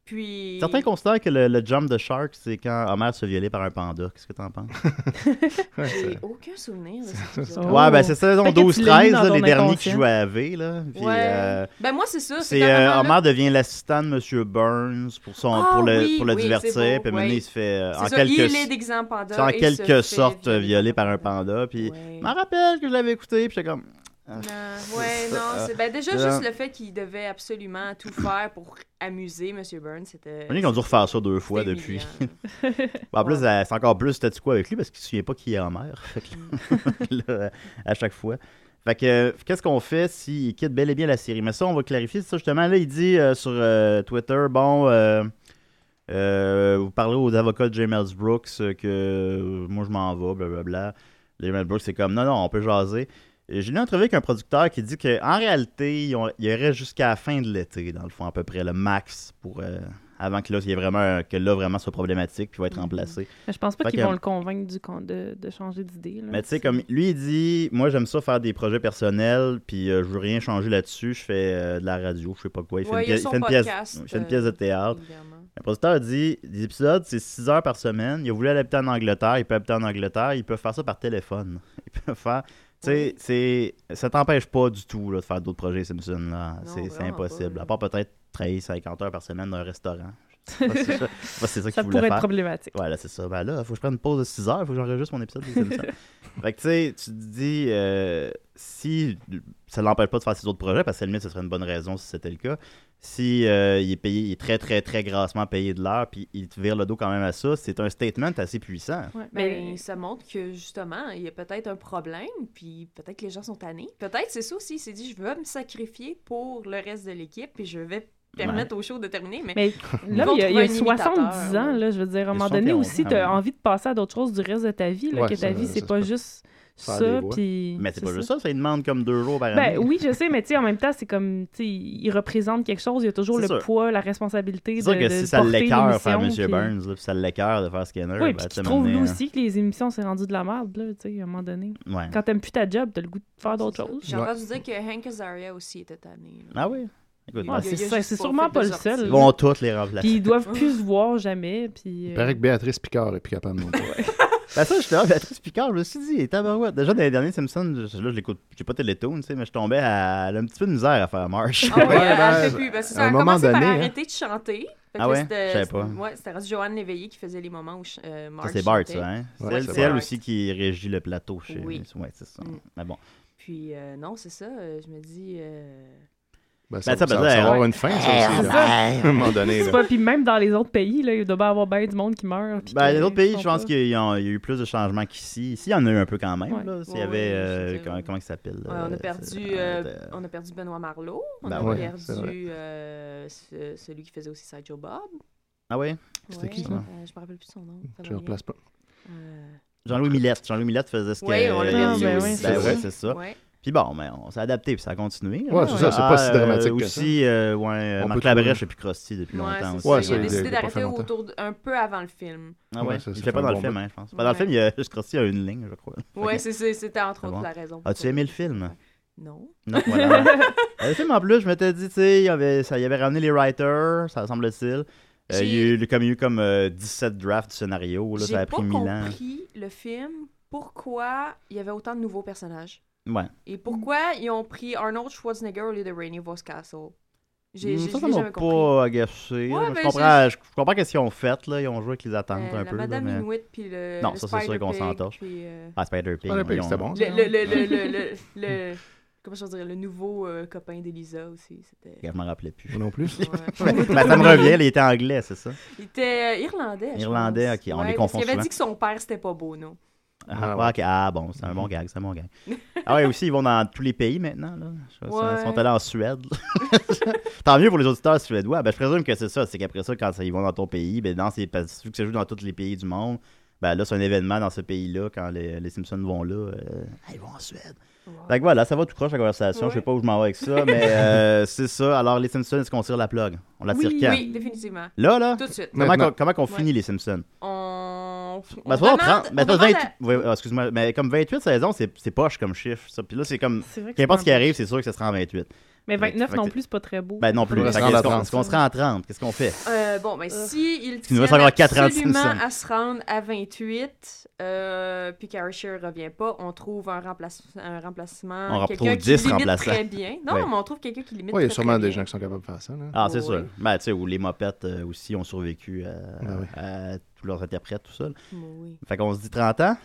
Puis... Certains considèrent que le, le jump de Shark, c'est quand Homer se fait violer par un panda. Qu'est-ce que t'en penses? Ouais, ça- J'ai aucun (laughs) souvenir de cet épisode. Oh. Ouais, ben, c'est saison Fait que tu l'as mis 12-13, là, dans ton les derniers qui inconscient. jouaient à V, là. Puis, Ouais. euh, Ben moi, c'est ça. C'est comme euh, un- Homer devient l'assistant de Monsieur Burns pour son Ah pour le oui, pour le oui, divertir c'est beau, puis maintenant oui. il se fait euh, c'est en ça, quelque il est déguisé en panda. en et il se quelque fait sorte euh, violé par un panda puis Ouais. je me rappelle que je l'avais écouté puis j'étais comme Euh, Non, ouais, C'est ça. Euh, non, c'est ben déjà Là. juste le fait qu'il devait absolument tout faire pour amuser Monsieur Burns, c'était. on est qu'on dû refaire ça deux fois c'était depuis. humiliant. Bon, en plus euh, c'est encore plus statu quo avec lui parce qu'il se souvient pas qui est Homer Fait que là, (laughs) euh, à chaque fois. Fait que euh, qu'est-ce qu'on fait s'il quitte bel et bien la série Mais ça on va clarifier ça justement là il dit euh, sur euh, Twitter bon euh, Euh, vous parlez aux avocats de James L. Brooks euh, que euh, moi je m'en vais, blablabla. James L. Brooks, c'est comme non, non, on peut jaser. Et J'ai lu une entrevue avec un producteur qui dit qu'en réalité, ils ont- il y aurait jusqu'à la fin de l'été, dans le fond, à peu près, le max, pour euh, avant que là, il y ait vraiment, que là, vraiment soit problématique puis va être Mm-hmm. Mhm. remplacé. Mais je pense pas Fait qu'ils que- vont le convaincre du con- de, de changer d'idée. là. Mais tu sais, comme lui, il dit Moi, j'aime ça faire des projets personnels, puis euh, je veux rien changer là-dessus. Je fais euh, de la radio, je sais pas quoi. Il fait, Ouais, une, il y a pièce- son il fait une pièce, podcast, il fait une pièce de euh, théâtre. évidemment. Le producteur a dit les épisodes, c'est 6 heures par semaine. Il a voulu aller habiter en Angleterre. Il peut habiter en Angleterre. Il peut faire ça par téléphone. (laughs) Il peut faire. Tu sais, c'est- ça t'empêche pas du tout là, de faire d'autres projets Simpson. Là. Non, C'est, c'est vraiment impossible. pas, À part peut-être travailler 50 heures par semaine dans un restaurant. (laughs) Je sais pas si c'est ça- je sais pas si c'est ça ça qu'il voulait pourrait être faire. problématique. Voilà, c'est ça. Ben là, faut que je prenne une pause de 6 heures, faut que j'enregistre mon épisode des (laughs) Simpsons. fait que tu sais, tu te dis, euh, si ça l'empêche pas de faire ses autres projets, parce que à la limite, ce serait une bonne raison si c'était le cas. Si euh, il est payé, il est très, très, très grassement payé de l'heure, puis il te vire le dos quand même à ça, c'est un statement assez puissant. Ouais, Mais mais- ça montre que justement, il y a peut-être un problème, puis peut-être que les gens sont tannés. Peut-être c'est ça aussi. Il s'est dit, je veux me sacrifier pour le reste de l'équipe, puis je vais permettre au show de terminer, mais, Mais là, vont il y a, il y a trouver un 70 imitateur, ans, là, je veux dire, à un Ils moment sont donné terroristes. aussi, tu Ah as oui. envie de passer à d'autres choses du reste de ta vie, là, Ouais, que ta ça, vie, c'est ça pas se peut. juste Faire ça, des voix. puis... Mais c'est pas juste ça, ça, il demande comme deux jours par année. Ben oui, je sais, mais tu sais, en même temps, c'est comme, tu sais, il représente quelque chose, il y a toujours C'est le sûr. poids, la responsabilité de, c'est sûr que de si ça porter l'écœure faire M. l'émission, puis- Burns, là, puis ça l'écœure de faire Skinner, Oui, ben, puis tu qui sais, trouve m'amener, lui hein. aussi que les émissions, c'est rendu de la merde, là, tu sais, à un moment donné. Ouais. Quand t'aimes plus ta job, t'as le goût de faire d'autres choses. j'ai Ouais. entendu dire que Hank Azaria aussi était tanné. là. Ah oui? Ah, Ouais, Écoute, ben, il a c'est juste ça, c'est pas sûrement fait pas de le seul. sortie. ils il- vont toutes les remplacer. Puis ils doivent plus se voir jamais, puis... Il euh, paraît que Béatrice Picard est plus capable non plus. Ben ça, j'étais là, Béatrice Picard, je me suis dit, tabarouette. Déjà, dans les derniers Simpsons, je- là, je l'écoute, j'ai pas Télétoon, tu sais, mais je tombais à. Elle a un petit peu de misère à faire Marsh. Ah ouais, Ouais, elle- ben, elle fait plus. Ben, c'est ça, à un elle a moment commencé par donné, hein. arrêter de chanter. Fait que Ah là, ouais? c'était- Je savais c'était- pas. Ouais, c'était rendu Joanne Léveillé qui faisait les moments où ch- euh, Marge (laughs) Ça, c'est Bart, chantait. ça, hein? C'est Ouais, elle, c'est c'est elle Bart. aussi qui régit le plateau chez. Oui. Ouais, c'est ça. Mm. Mais bon. Puis euh, non, c'est ça, euh, je me dis... euh, Ben, ça, Ben, ça, ça, ben, ça ça, va avoir ouais. une fin, ça aussi. là. À un moment donné, Eh, là. C'est pas, puis même dans les autres pays, là, il doit bien avoir bien du monde qui meurt. puis Ben, qui- les autres pays, qui je sont pense pas- qu'il y a il y a eu plus de changements qu'ici. Ici, il y en a eu un peu quand même, Ouais. là. S'il y Ouais, avait. ouais, je euh, sais. comment, comment il s'appelle? Ouais, on, euh, a perdu, c'est- euh, euh, on a perdu Benoît Marleau. On Ben a ouais, c'est vrai. perdu euh, ce- celui qui faisait aussi Sideshow Bob. Ah ouais? C'était Ouais, qui, ça? euh, Je me rappelle plus de son nom. ça Je va ne bien. replace pas. Euh, Jean-Louis Millette. Jean-Louis Millette faisait ce que. Ouais, on l'a euh, perdu il- aussi. ben C'est ouais, ça. c'est ça. ouais. Puis bon, mais on s'est adapté, puis ça a continué. là. Ouais, c'est ça, c'est pas si dramatique euh, que ça. aussi, euh, ouais, euh, On Marc peut Labrèche trouver. et puis Krusty depuis Ouais, c'est longtemps aussi. euh, ça. Ouais, il a ça, décidé il a pas fait d'arrêter longtemps. autour de- un peu avant le film. Ah ouais, Ouais, ça- il ça fait fait pas un dans le bon film, bout. hein, je pense. Pas dans le Ouais. film, il y a juste Krusty a une ligne, (laughs) je crois. Ouais, c'est ça, c'était entre Ah autres bon? la raison. As-tu aimé le film? Non. Non, voilà. Euh, le film, en plus, je m'étais dit, tu sais, il, y avait- ça- il avait ramené les writers, ça semble-t-il. Euh, il y a eu comme, il y a eu comme euh, 17 drafts du scénario, là, J'ai ça a pas pris 1000 ans. compris le film pourquoi il y avait autant de nouveaux personnages. Ouais. Et pourquoi ils ont pris Arnold Schwarzenegger au lieu de Rainy Castle. J'ai Mm, Hmm, j'ai- ça, je ça l'ai m'a jamais compris. Euh, pas agacé. là. Ouais, Moi, je ben, comprends, je, je comprends qu'est-ce qu'ils ont fait, là. Ils ont joué avec les attentes Euh, un la peu. là, Madame mais- Inuit puis le. Non, le ça, c'est sûr qu'on Spider-Pig, s'entorche. puis, euh, Ah, Spider-Pig. Spider-Pig, voyons. c'était bon, ça. Le, le, le, le, le, le, le- (laughs) comment je dirais, le nouveau euh, copain d'Elisa aussi. C'était. Je m'en rappelais plus. Moi non (laughs) plus. (laughs) Mais (laughs) Ouais. ça me revient, là, il était anglais, c'est ça? Il était euh, irlandais. je Irlandais, pense. ok, on Ouais, les parce confond qu'il avait souvent. dit que son père, c'était pas beau, non? Ah, Ah ouais, ok. Ah, bon, c'est un Mm. bon gag, c'est un (laughs) bon gag. Ah ouais, aussi, ils vont dans tous les pays maintenant. Là. Je sais pas, Ils sont Ouais. allés en Suède. (laughs) là. Tant mieux pour les auditeurs suédois. Ben, je présume que c'est ça. C'est qu'après ça, quand ça- ils vont dans ton pays, ben, dans ces, parce que vu que ça joue dans tous les pays du monde, ben, là, c'est un événement dans ce pays-là. Quand les, les Simpsons vont là, euh, Ah, ils vont en Suède. Fait que voilà, ça va tout croche la conversation. Je sais Ouais. pas où je m'en vais avec ça, mais (laughs) euh, c'est ça. Alors, les Simpsons, est-ce qu'on tire la plug On la Oui. tire quand Oui, définitivement. Là, là Tout de suite. Comment Maintenant. qu'on- comment qu'on Ouais. finit les Simpsons On. on ben, c'est pas demande- 30, ben, on c'est pas demande 28 ouais, ouais, excuse-moi, mais comme 28 saisons, c'est, c'est poche comme chiffre. Ça. Puis là, c'est comme. C'est vrai que Qu'importe c'est ce qui pas- arrive, c'est sûr que ça sera en 28. Mais Fait que- 29 Ben, fait non que- plus, c'est pas très beau. Ben non plus. On va se Fait que rendre Est-ce à qu'on, 30. est-ce qu'on sera en 30 Qu'est-ce qu'on fait à- Euh, bon, ben si il nous tient reste encore quatre ans de absolument Simpson. à se rendre à 28, euh, puis Carasher revient pas, on trouve un, remplace- un remplacement. On quelqu'un retrouve qui 10 limite remplaçants. Très bien. Non, Ouais. non, mais on trouve quelqu'un qui limite. Oui, il y a très, sûrement très des bien. gens qui sont capables de faire ça. là. Ah, c'est Oh, Ouais. sûr. Ben, tu sais, où les mopettes euh, aussi ont survécu à, Ben oui. à tous leurs interprètes, tout ça. là. (laughs) Oui. Fait qu'on se dit 30 ans.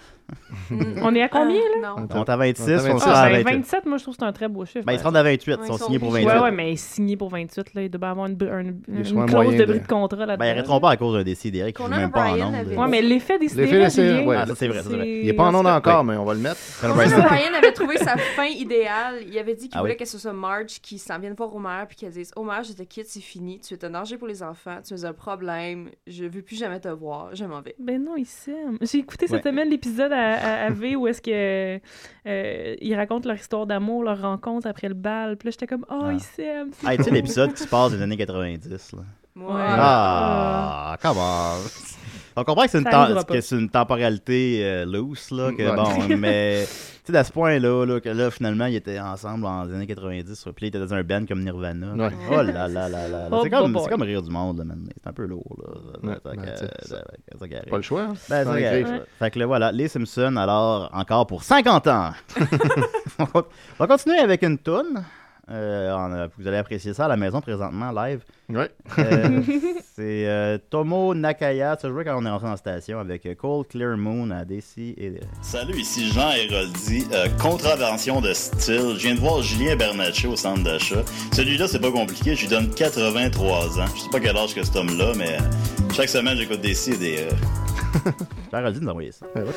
Mm. On est à combien, Ah, Non. On est à 26, On est à on Ah, sera à ben, 28. 27, moi, je trouve que c'est un très beau chiffre. hein. Ben, ils se rendent à 28, ils Ouais, sont ils sont signés pour obligés. 28. Ouais, ouais, mais signé pour 28, là, il doit bien avoir une, br- un- une sûrement un clause moyen de de- bris de contrat là-dedans. Ben, ils arrêteront pas à cause d'un décidéré qui joue Conan même pas en O'Brien onde. avait- Ouais, mais l'effet des L'effet des sidérés, sidérés, ouais. Ah, ça, c'est vrai, ça, c'est vrai. Il n'est pas en onde c'est- encore, Ben mais on va le mettre. Conan O'Brien avait trouvé sa fin idéale. Il avait dit qu'il Ah voulait oui. que ce soit Marge qui s'en vienne voir Homer puis qu'elle dise Homer, je te quitte, c'est fini. Tu es un danger pour les enfants. Tu es un problème. Je veux plus jamais te voir. Je m'en vais. Ben non, il s'aime. J'ai écouté cette Ouais. semaine l'épisode à, à- à V où est-ce que euh, ils racontent leur histoire d'amour, leur rencontre après le bal. Puis là, j'étais comme, oh, Ah. ils s'aiment. c'est Hey, tu sais, beau. l'épisode qui se passe des années 90, là. Ouais. Ah, Ah. come on. On comprend que c'est une, Ça tem- arrivera pas. que c'est une temporalité euh, loose, là, que Ouais. (laughs) bon, mais tu sais, à ce point-là, là, que là, finalement, ils étaient ensemble dans les années 90, puis là, ils étaient dans un band comme Nirvana. Ouais. Oh là là là là là. Oh c'est, comme, boy. c'est comme rire du monde, là, maintenant. C'est un peu lourd, là. Ouais, Fait que, ben, tu sais, euh, ça- fait que ça qui arrive. Pas le choix. hein. Ben, Dans ça les qui griffes, arrive. Fait que là, voilà, les Simpsons, alors, encore pour 50 ans. (laughs) on va- on va continuer avec une toune. Euh, on a- vous allez apprécier ça à la maison présentement, live. là. Ouais. Euh, (laughs) c'est euh, Tomo Nakaya. Ça jouait quand on est rentré en station avec euh, Cold Clear Moon à DC et. euh, Salut, ici Jean Héroldi. Euh, contravention de style. Je viens de voir Julien Bernatchez au centre d'achat. Celui-là, c'est pas compliqué. Je lui donne 83 ans. Je sais pas quel âge que cet homme-là, mais euh, chaque semaine, j'écoute des si et des... euh, (laughs) J'ai envie de nous envoyer ça. Ouais, ouais.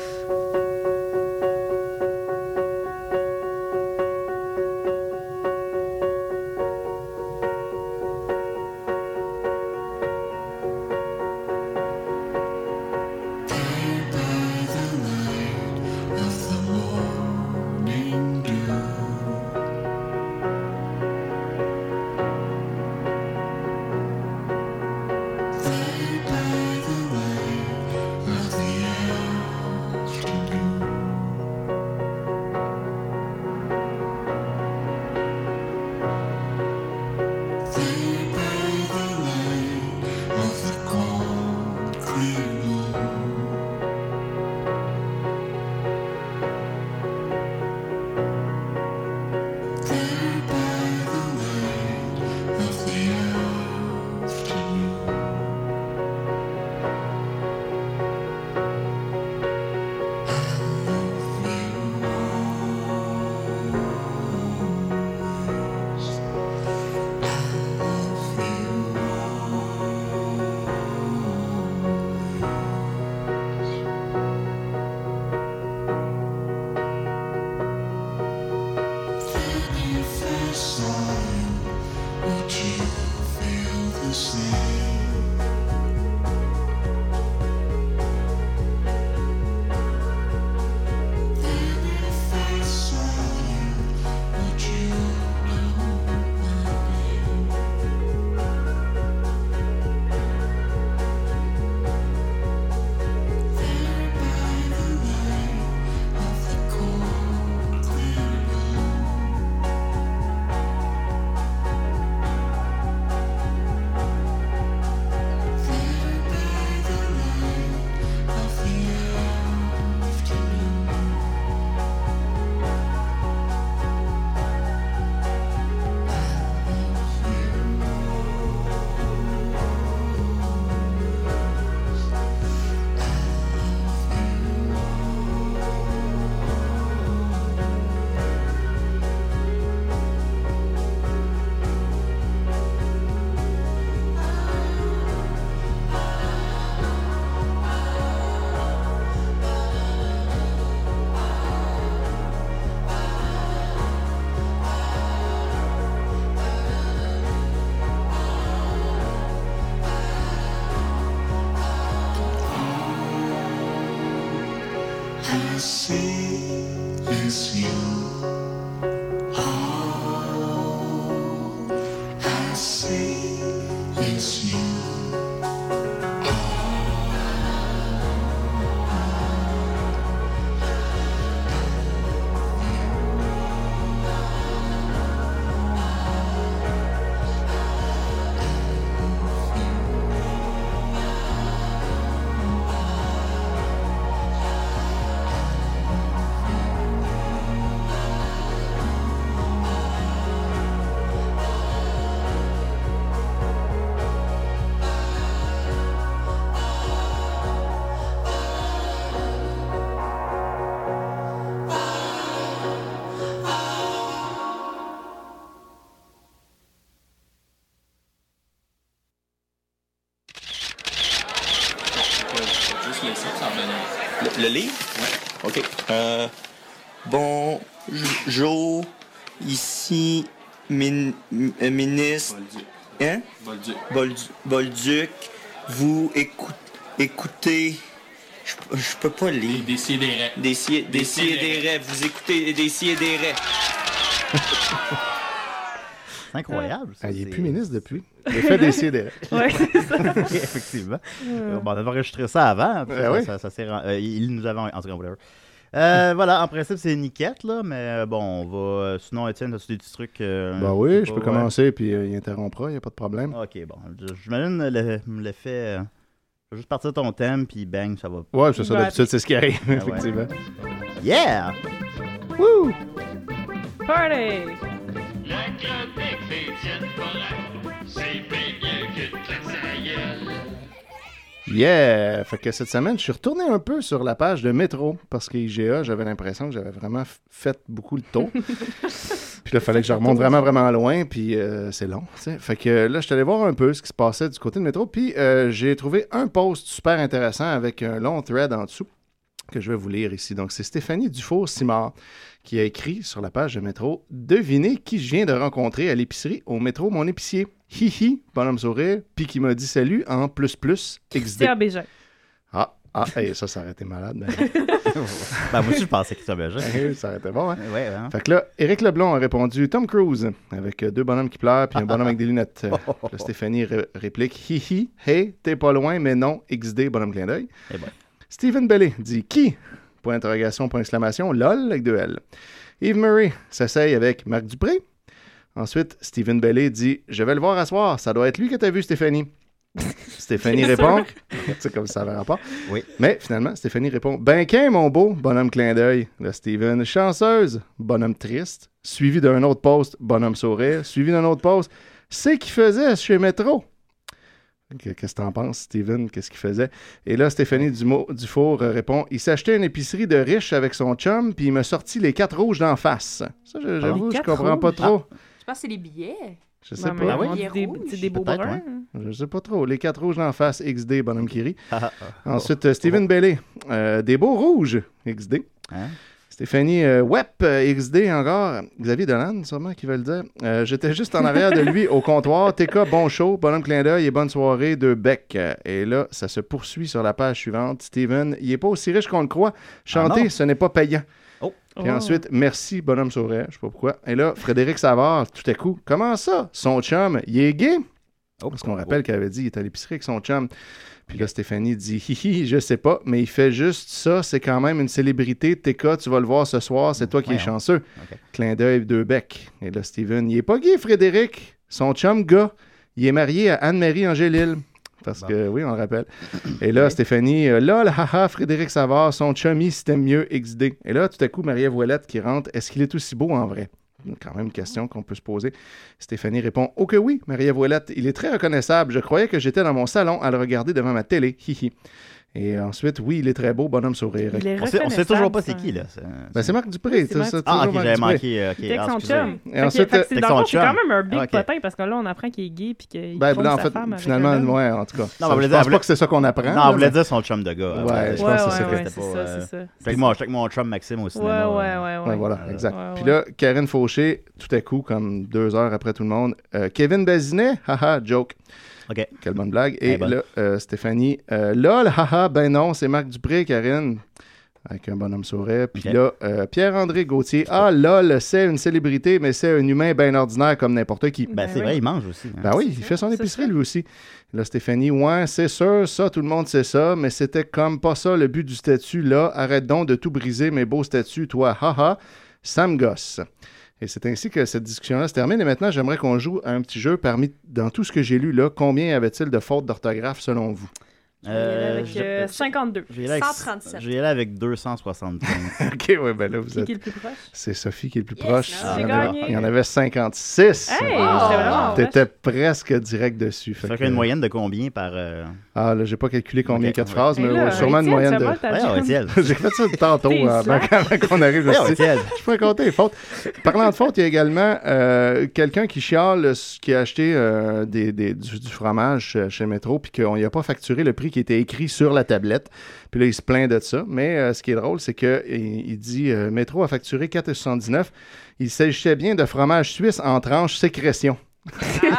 Le livre? Oui. OK. Euh, bon, Jo, ici, min- m- euh, ministre. Hein? Bolduc. Bolduc, vous écou- écoutez. Je je peux pas lire. Des si- des si et des rêves. Vous écoutez des si et des rêves. C'est incroyable. ça, Ah, il est c'est- plus ministre depuis. Il a fait des CDR. Ouais, c'est ça. (laughs) Effectivement. Euh, Bon, on avait enregistré ça avant. puis Ben ça- oui. ça, ça s'est ren- euh, il nous avait. En tout cas, whatever. Euh, voilà, en principe, c'est niquette, là, mais euh, bon, on va. Sinon, Étienne, as-tu des petits trucs euh, Ben oui, je sais peux pas, commencer, puis euh, il interrompra, il n'y a pas de ouais. problème. Ok, bon. Je- J'imagine le- l'effet. euh, je vais juste partir ton thème, puis bang, ça va. Ouais, Ah c'est ça, Ouais, d'habitude, c'est ce qui arrive, ouais. effectivement. Yeah! Wouh! Party! La chronique d'Étienne Morin, c'est bien mieux qu'une claque sa gueule. Yeah! Fait que cette semaine, je suis retourné un peu sur la page de Métro parce que IGA, j'avais l'impression que j'avais vraiment f- fait beaucoup le tour. puis là, il fallait que je remonte vraiment, vraiment loin, puis euh, c'est long, tu sais. Fait que euh, là, je suis allé voir un peu ce qui se passait du côté de Métro, puis euh, j'ai trouvé un post super intéressant avec un long thread en dessous que je vais vous lire ici. Donc, c'est Stéphanie Dufour-Simard qui a écrit sur la page de Métro « Devinez qui je viens de rencontrer à l'épicerie au Métro, mon épicier. Hihi, bonhomme sourire, puis qui m'a dit salut en plus plus XD. » Christian Bégin. Ah, ah, hey, ça, ça aurait été malade. (laughs) mais- ben, moi aussi, je pensais que ça avait juste. Hey, ça aurait été bon, hein? Ouais, ouais. hein. Fait que là, Éric Leblond a répondu Tom Cruise, avec euh, deux bonhommes qui pleurent, puis un bonhomme avec des (laughs) lunettes. Oh. Euh, puis là, Stéphanie ré- réplique Hihi, hey, t'es pas loin, mais non, XD, bonhomme clin d'œil. Eh ben. Stephen Bellet dit Qui Point d'interrogation, point d'exclamation, lol, avec deux L. Yves Murray s'essaye avec Marc Dupré. Ensuite, Stephen Bellet dit Je vais le voir à soir, ça doit être lui que t'as vu, Stéphanie. (laughs) Stéphanie (laughs) répond C'est comme ça, ça rapport. Oui. Mais finalement, Stéphanie répond Ben qu'un, mon beau, bonhomme clin d'œil. Là, Steven, chanceuse, bonhomme triste. Suivi d'un autre poste, bonhomme sourire. Suivi d'un autre poste, c'est qui faisait chez Métro. Que- Qu'est-ce que t'en penses, Steven Qu'est-ce qu'il faisait Et là, Stéphanie Dumo- Dufour euh, répond Il s'achetait une épicerie de riche avec son chum, puis il m'a sorti les quatre rouges d'en face. Ça, je- j'avoue, je Quatre comprends pas rouges? trop. Je pense que c'est (laughs) les billets. Je sais Ouais, pas. mais Ah oui? on dit Il est des, rouge. c'est des beaux Peut-être, bruns. ouais. Je sais pas trop. Les quatre rouges d'en face, XD, bonhomme qui rit. Ah, (laughs) Oh. Ensuite, euh, Steven Bellet, euh, des beaux rouges, XD. Hein? Stéphanie euh, Wep, euh, XD encore. Xavier Dolan, sûrement, qui va le dire. Euh, J'étais juste en arrière de lui au comptoir. TK, bon show, bonhomme clin d'œil et bonne soirée de Beck. Euh, Et là, ça se poursuit sur la page suivante. Steven, il est pas aussi riche qu'on le croit. Chanter, Ah non. ce n'est pas payant. Puis Oh. ensuite, merci, bonhomme sourire, je sais pas pourquoi. Et là, Frédéric Savard, tout à coup, comment ça? Son chum, il est gay? Oh, Parce qu'on rappelle qu'elle avait dit, il est à l'épicerie avec son chum. Puis là, Stéphanie dit, hihi, je sais pas, mais il fait juste ça, c'est quand même une célébrité. TK, tu vas le voir ce soir, c'est toi qui es voyons. chanceux. Ok. Clin d'œil, deux becs. Et là, Steven, il est pas gay, Frédéric. Son chum, gars, il est marié à Anne-Marie Angélil. Parce Bon. que, oui, on le rappelle. Et là, Stéphanie, euh, lol, haha, Frédéric Savard, son chummy, si t'aimes mieux, XD. Et là, tout à coup, Maria Voilette qui rentre, est-ce qu'il est aussi beau en vrai? Quand même une question qu'on peut se poser. Stéphanie répond, oh que oui, Maria Voilette, il est très reconnaissable. Je croyais que j'étais dans mon salon à le regarder devant ma télé, hihi. Et ensuite, oui, il est très beau, bonhomme sourire. Il est On sait, on sait toujours pas c'est reconnaissable, qui, là. c'est- euh. Ben, c'est Marc Dupré, Oui, c'est tu sais, Marc ça, Ah, ok, toujours Marc j'avais Dupré. manqué. ok, C'était ah, avec son excusez. chum. Et Fait que- ensuite, fait que c'est- avec dans son le fond, c'est chum. quand même un big Ah, ok. potin parce que là, on apprend qu'il est gay puis qu'il Ben, trompe là, en sa fait, femme avec finalement, un homme. ouais, en tout cas. Non, Ça, mais je elle pense voulait- pas que c'est ça qu'on apprend. Non, on là, voulait mais- dire son chum de gars. Ouais, euh, je Ouais, pense que ouais, c'est ouais, c'était c'est pas, ça, euh, c'est ça. Check mon, check mon chum Maxime au Ouais, cinéma. euh, ouais, ouais, Ouais, ouais. voilà, exact. Ouais, Puis ouais. là, Karine Fauché, tout à coup, comme deux heures après tout le monde, euh, Kevin Bazinet, (laughs) haha, joke. OK. Quelle bonne blague. Et Eh ben. là, euh, Stéphanie, euh, lol, haha, ben non, c'est Marc Dupré, Karine. avec un bonhomme sourire. Puis Ok. là, euh, Pierre-André Gauthier, ah lol, c'est une célébrité, mais c'est un humain bien ordinaire comme n'importe qui. Ben, Ben c'est oui. vrai, il mange aussi. hein. Ben oui, il C'est fait ça, son c'est épicerie ça. lui aussi. Là, Stéphanie, ouais, c'est sûr, ça, tout le monde sait ça, mais c'était comme pas ça le but du statut, là. Arrête donc de tout briser, mes beaux statuts, toi, haha, ça me gosse. Et c'est ainsi que cette discussion-là se termine. Et maintenant, j'aimerais qu'on joue à un petit jeu parmi, dans tout ce que j'ai lu, là, combien avait-il de fautes d'orthographe selon vous? Euh, avec je- euh, 52. je vais y aller avec- 137. Je vais y aller (laughs) avec 275. (laughs) OK, ouais, ben là, vous Qui est êtes... le plus proche? C'est Sophie qui est le plus Yes, proche. nice. il, y en J'ai avait, gagné. il y en avait 56. Hey, Oh, Wow. c'est vraiment T'étais presque direct dessus. ça Fait fait que- une moyenne de combien par. euh, Ah, là, j'ai pas calculé combien Ok, quatre ouais. phrases, Mais mais là, ouais, sûrement une Étienne, moyenne ça de. va, ta Ouais, job? on (laughs) Étienne. J'ai fait ça tantôt, T'es euh, avant slack. avant qu'on arrive Ouais, on ici. Étienne. Je peux compter les fautes. Parlant de fautes, il y a également euh, quelqu'un qui chiale euh, qui a acheté euh, des, des- du, du fromage euh, chez- chez Métro puis qu'on n'y a pas facturé le prix qui était écrit sur la tablette. Puis là, il se plaint de ça. Mais euh, ce qui est drôle, c'est qu'il il dit euh, Métro a facturé 4,79. Il s'agissait bien de fromage suisse en tranche sécrétion.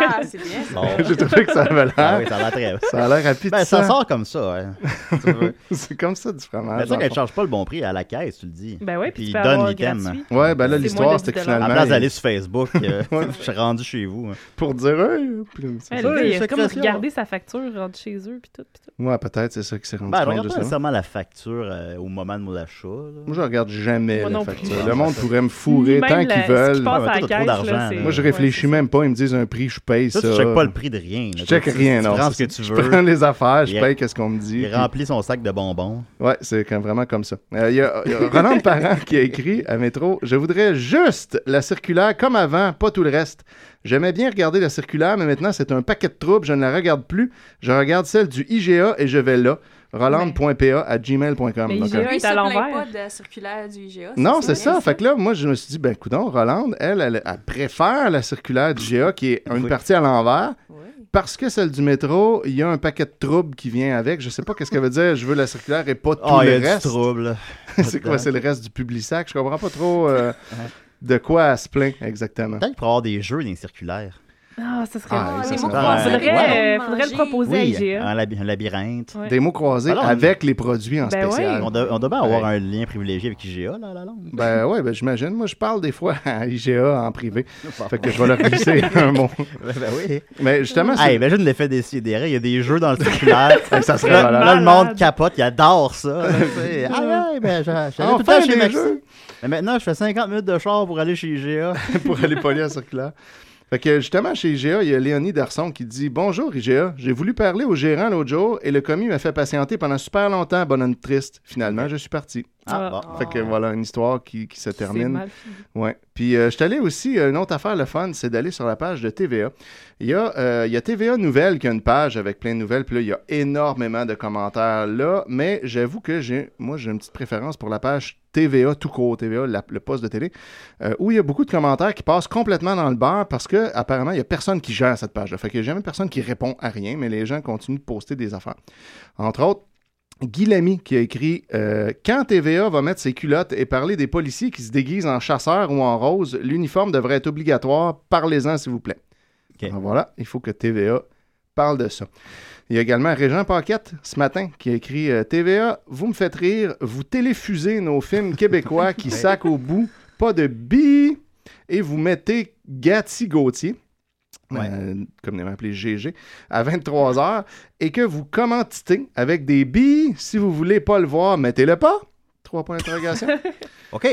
Ah, c'est bien. ça. Bon. (laughs) J'ai trouvé que ça avait l'air. Ah oui, ça va très Hein? Ça a l'air rapide. Ben, ça sort comme ça. Hein. Tu veux. (laughs) C'est comme ça du fromage. Mais ça, dans qu'elle le ne charge pas le bon prix à la caisse, tu le dis. Ben oui, puis Puis tu il peux donne avoir l'item. gratuit. Ouais, ben là, C'est l'histoire, moins de c'était que 10 finalement. À la place il- d'aller sur Facebook, (laughs) euh, (laughs) je suis rendu chez vous. hein. Pour dire. euh, puis- Ouais, c'est ça. le gars, il a c'est comme création. regardé sa facture, rentre chez eux, puis tout, puis tout. Ouais, peut-être, c'est ça qui s'est rendu Ben, elle compte. regarde pas justement. nécessairement la facture euh, au moment de mon achat. là. Moi, je regarde jamais Moi la non plus. facture. Le monde pourrait me fourrer Ni tant même la- qu'ils ce qui veulent. passe Ouais, à la toi, t'as trop caisse, là, d'argent, c'est- là. Moi, je réfléchis Ouais, même pas. Ils me disent un prix, je paye Ça, ça. tu ne checkes pas le prix de rien. là. Je check Tu- tu- rien, non. Tu prends ce que tu Je prends veux. les affaires, je Il- paye qu'est-ce qu'on me dit. Il remplit son sac de bonbons. Ouais, c'est comme- vraiment comme ça. Euh, Il y, a- il y a Roland Parent qui a écrit à Métro Je voudrais juste la circulaire comme avant, pas tout le reste. J'aimais bien regarder la circulaire, mais maintenant c'est un paquet de troubles, je ne la regarde plus. Je regarde celle du IGA et je vais là. Roland.pa à gmail.com. Mais Donc, IGA, euh, Lui, il à se plaint l'envers. pas de la circulaire du IGA. Non, c'est ça. bien, Fait que là, moi, je me suis dit, ben, coudon, Roland, elle, elle, elle préfère la circulaire du IGA qui est une Oui. partie à l'envers Oui. parce que celle du métro, il y a un paquet de troubles qui vient avec. Je sais pas qu'est-ce qu'elle veut dire. Je veux la circulaire et pas tout Oh, il y le a du reste. trouble. (laughs) c'est quoi, c'est le reste du public sac? Je comprends pas trop euh, de quoi elle se plaint exactement. Peut-être qu'il pourrait y avoir des jeux dans les circulaires. Ah, ça serait... Ah, Ah, ça, les c'est mots vrai. croisés. faudrait, Ouais. euh, faudrait le Manger. proposer à IGA. un, laby- un labyrinthe. Ouais. Des mots croisés Alors, avec les produits en Ben spécial. oui. On, de- on devait avoir Ouais. un lien privilégié avec IGA, là, à la longue. Ben ouais, ben j'imagine. Moi, je parle des fois à IGA en privé. Fait que je vais leur (laughs) glisser un mot. Ben, ben oui. Mais justement, c'est- (laughs) Hey, imagine l'effet des sidérés. Il y a des jeux dans le circulaire. (laughs) ça serait là, malade. là, le monde Malade. capote, il adore ça. là, tu sais. Aïe, aïe, ben, j'a- j'allais tout le Enfin, temps chez des Maxime. jeux. Mais maintenant, je fais 50 minutes de char pour aller chez IGA. pour aller polir circulaire. Fait que justement, chez IGA, il y a Léonie Darson qui dit Bonjour IGA, j'ai voulu parler au gérant l'autre jour et le commis m'a fait patienter pendant super longtemps, bonhomme triste. Finalement, je suis parti. Ah, Ah. bon. Fait que (laughs) voilà une histoire qui, qui se C'est termine. mal fini. Ouais. Puis euh, je suis allé aussi, euh, une autre affaire, le fun, c'est d'aller sur la page de TVA. Il y, a, euh, il y a TVA Nouvelles qui a une page avec plein de nouvelles, puis là, il y a énormément de commentaires là, mais j'avoue que j'ai, moi, j'ai une petite préférence pour la page TVA tout court, TVA, la- le poste de télé, euh, où il y a beaucoup de commentaires qui passent complètement dans le beurre parce que apparemment il n'y a personne qui gère cette page-là. Fait qu'il n'y a jamais personne qui répond à rien, mais les gens continuent de poster des affaires. Entre autres, Guy Lamy qui a écrit euh, Quand TVA va mettre ses culottes et parler des policiers qui se déguisent en chasseurs ou en rose, l'uniforme devrait être obligatoire. Parlez-en, s'il vous plaît. Ok. Alors voilà, il faut que TVA parle de ça. Il y a également Régent Paquette ce matin qui a écrit euh, TVA, vous me faites rire, vous téléfusez nos films québécois (laughs) qui sacent au bout, pas de billes, et vous mettez Gatti Gauthier, Ouais. euh, communément appelé GG, à 23h et que vous commentitez avec des billes. Si vous voulez pas le voir, mettez-le pas. Trois points (laughs) d'interrogation. OK.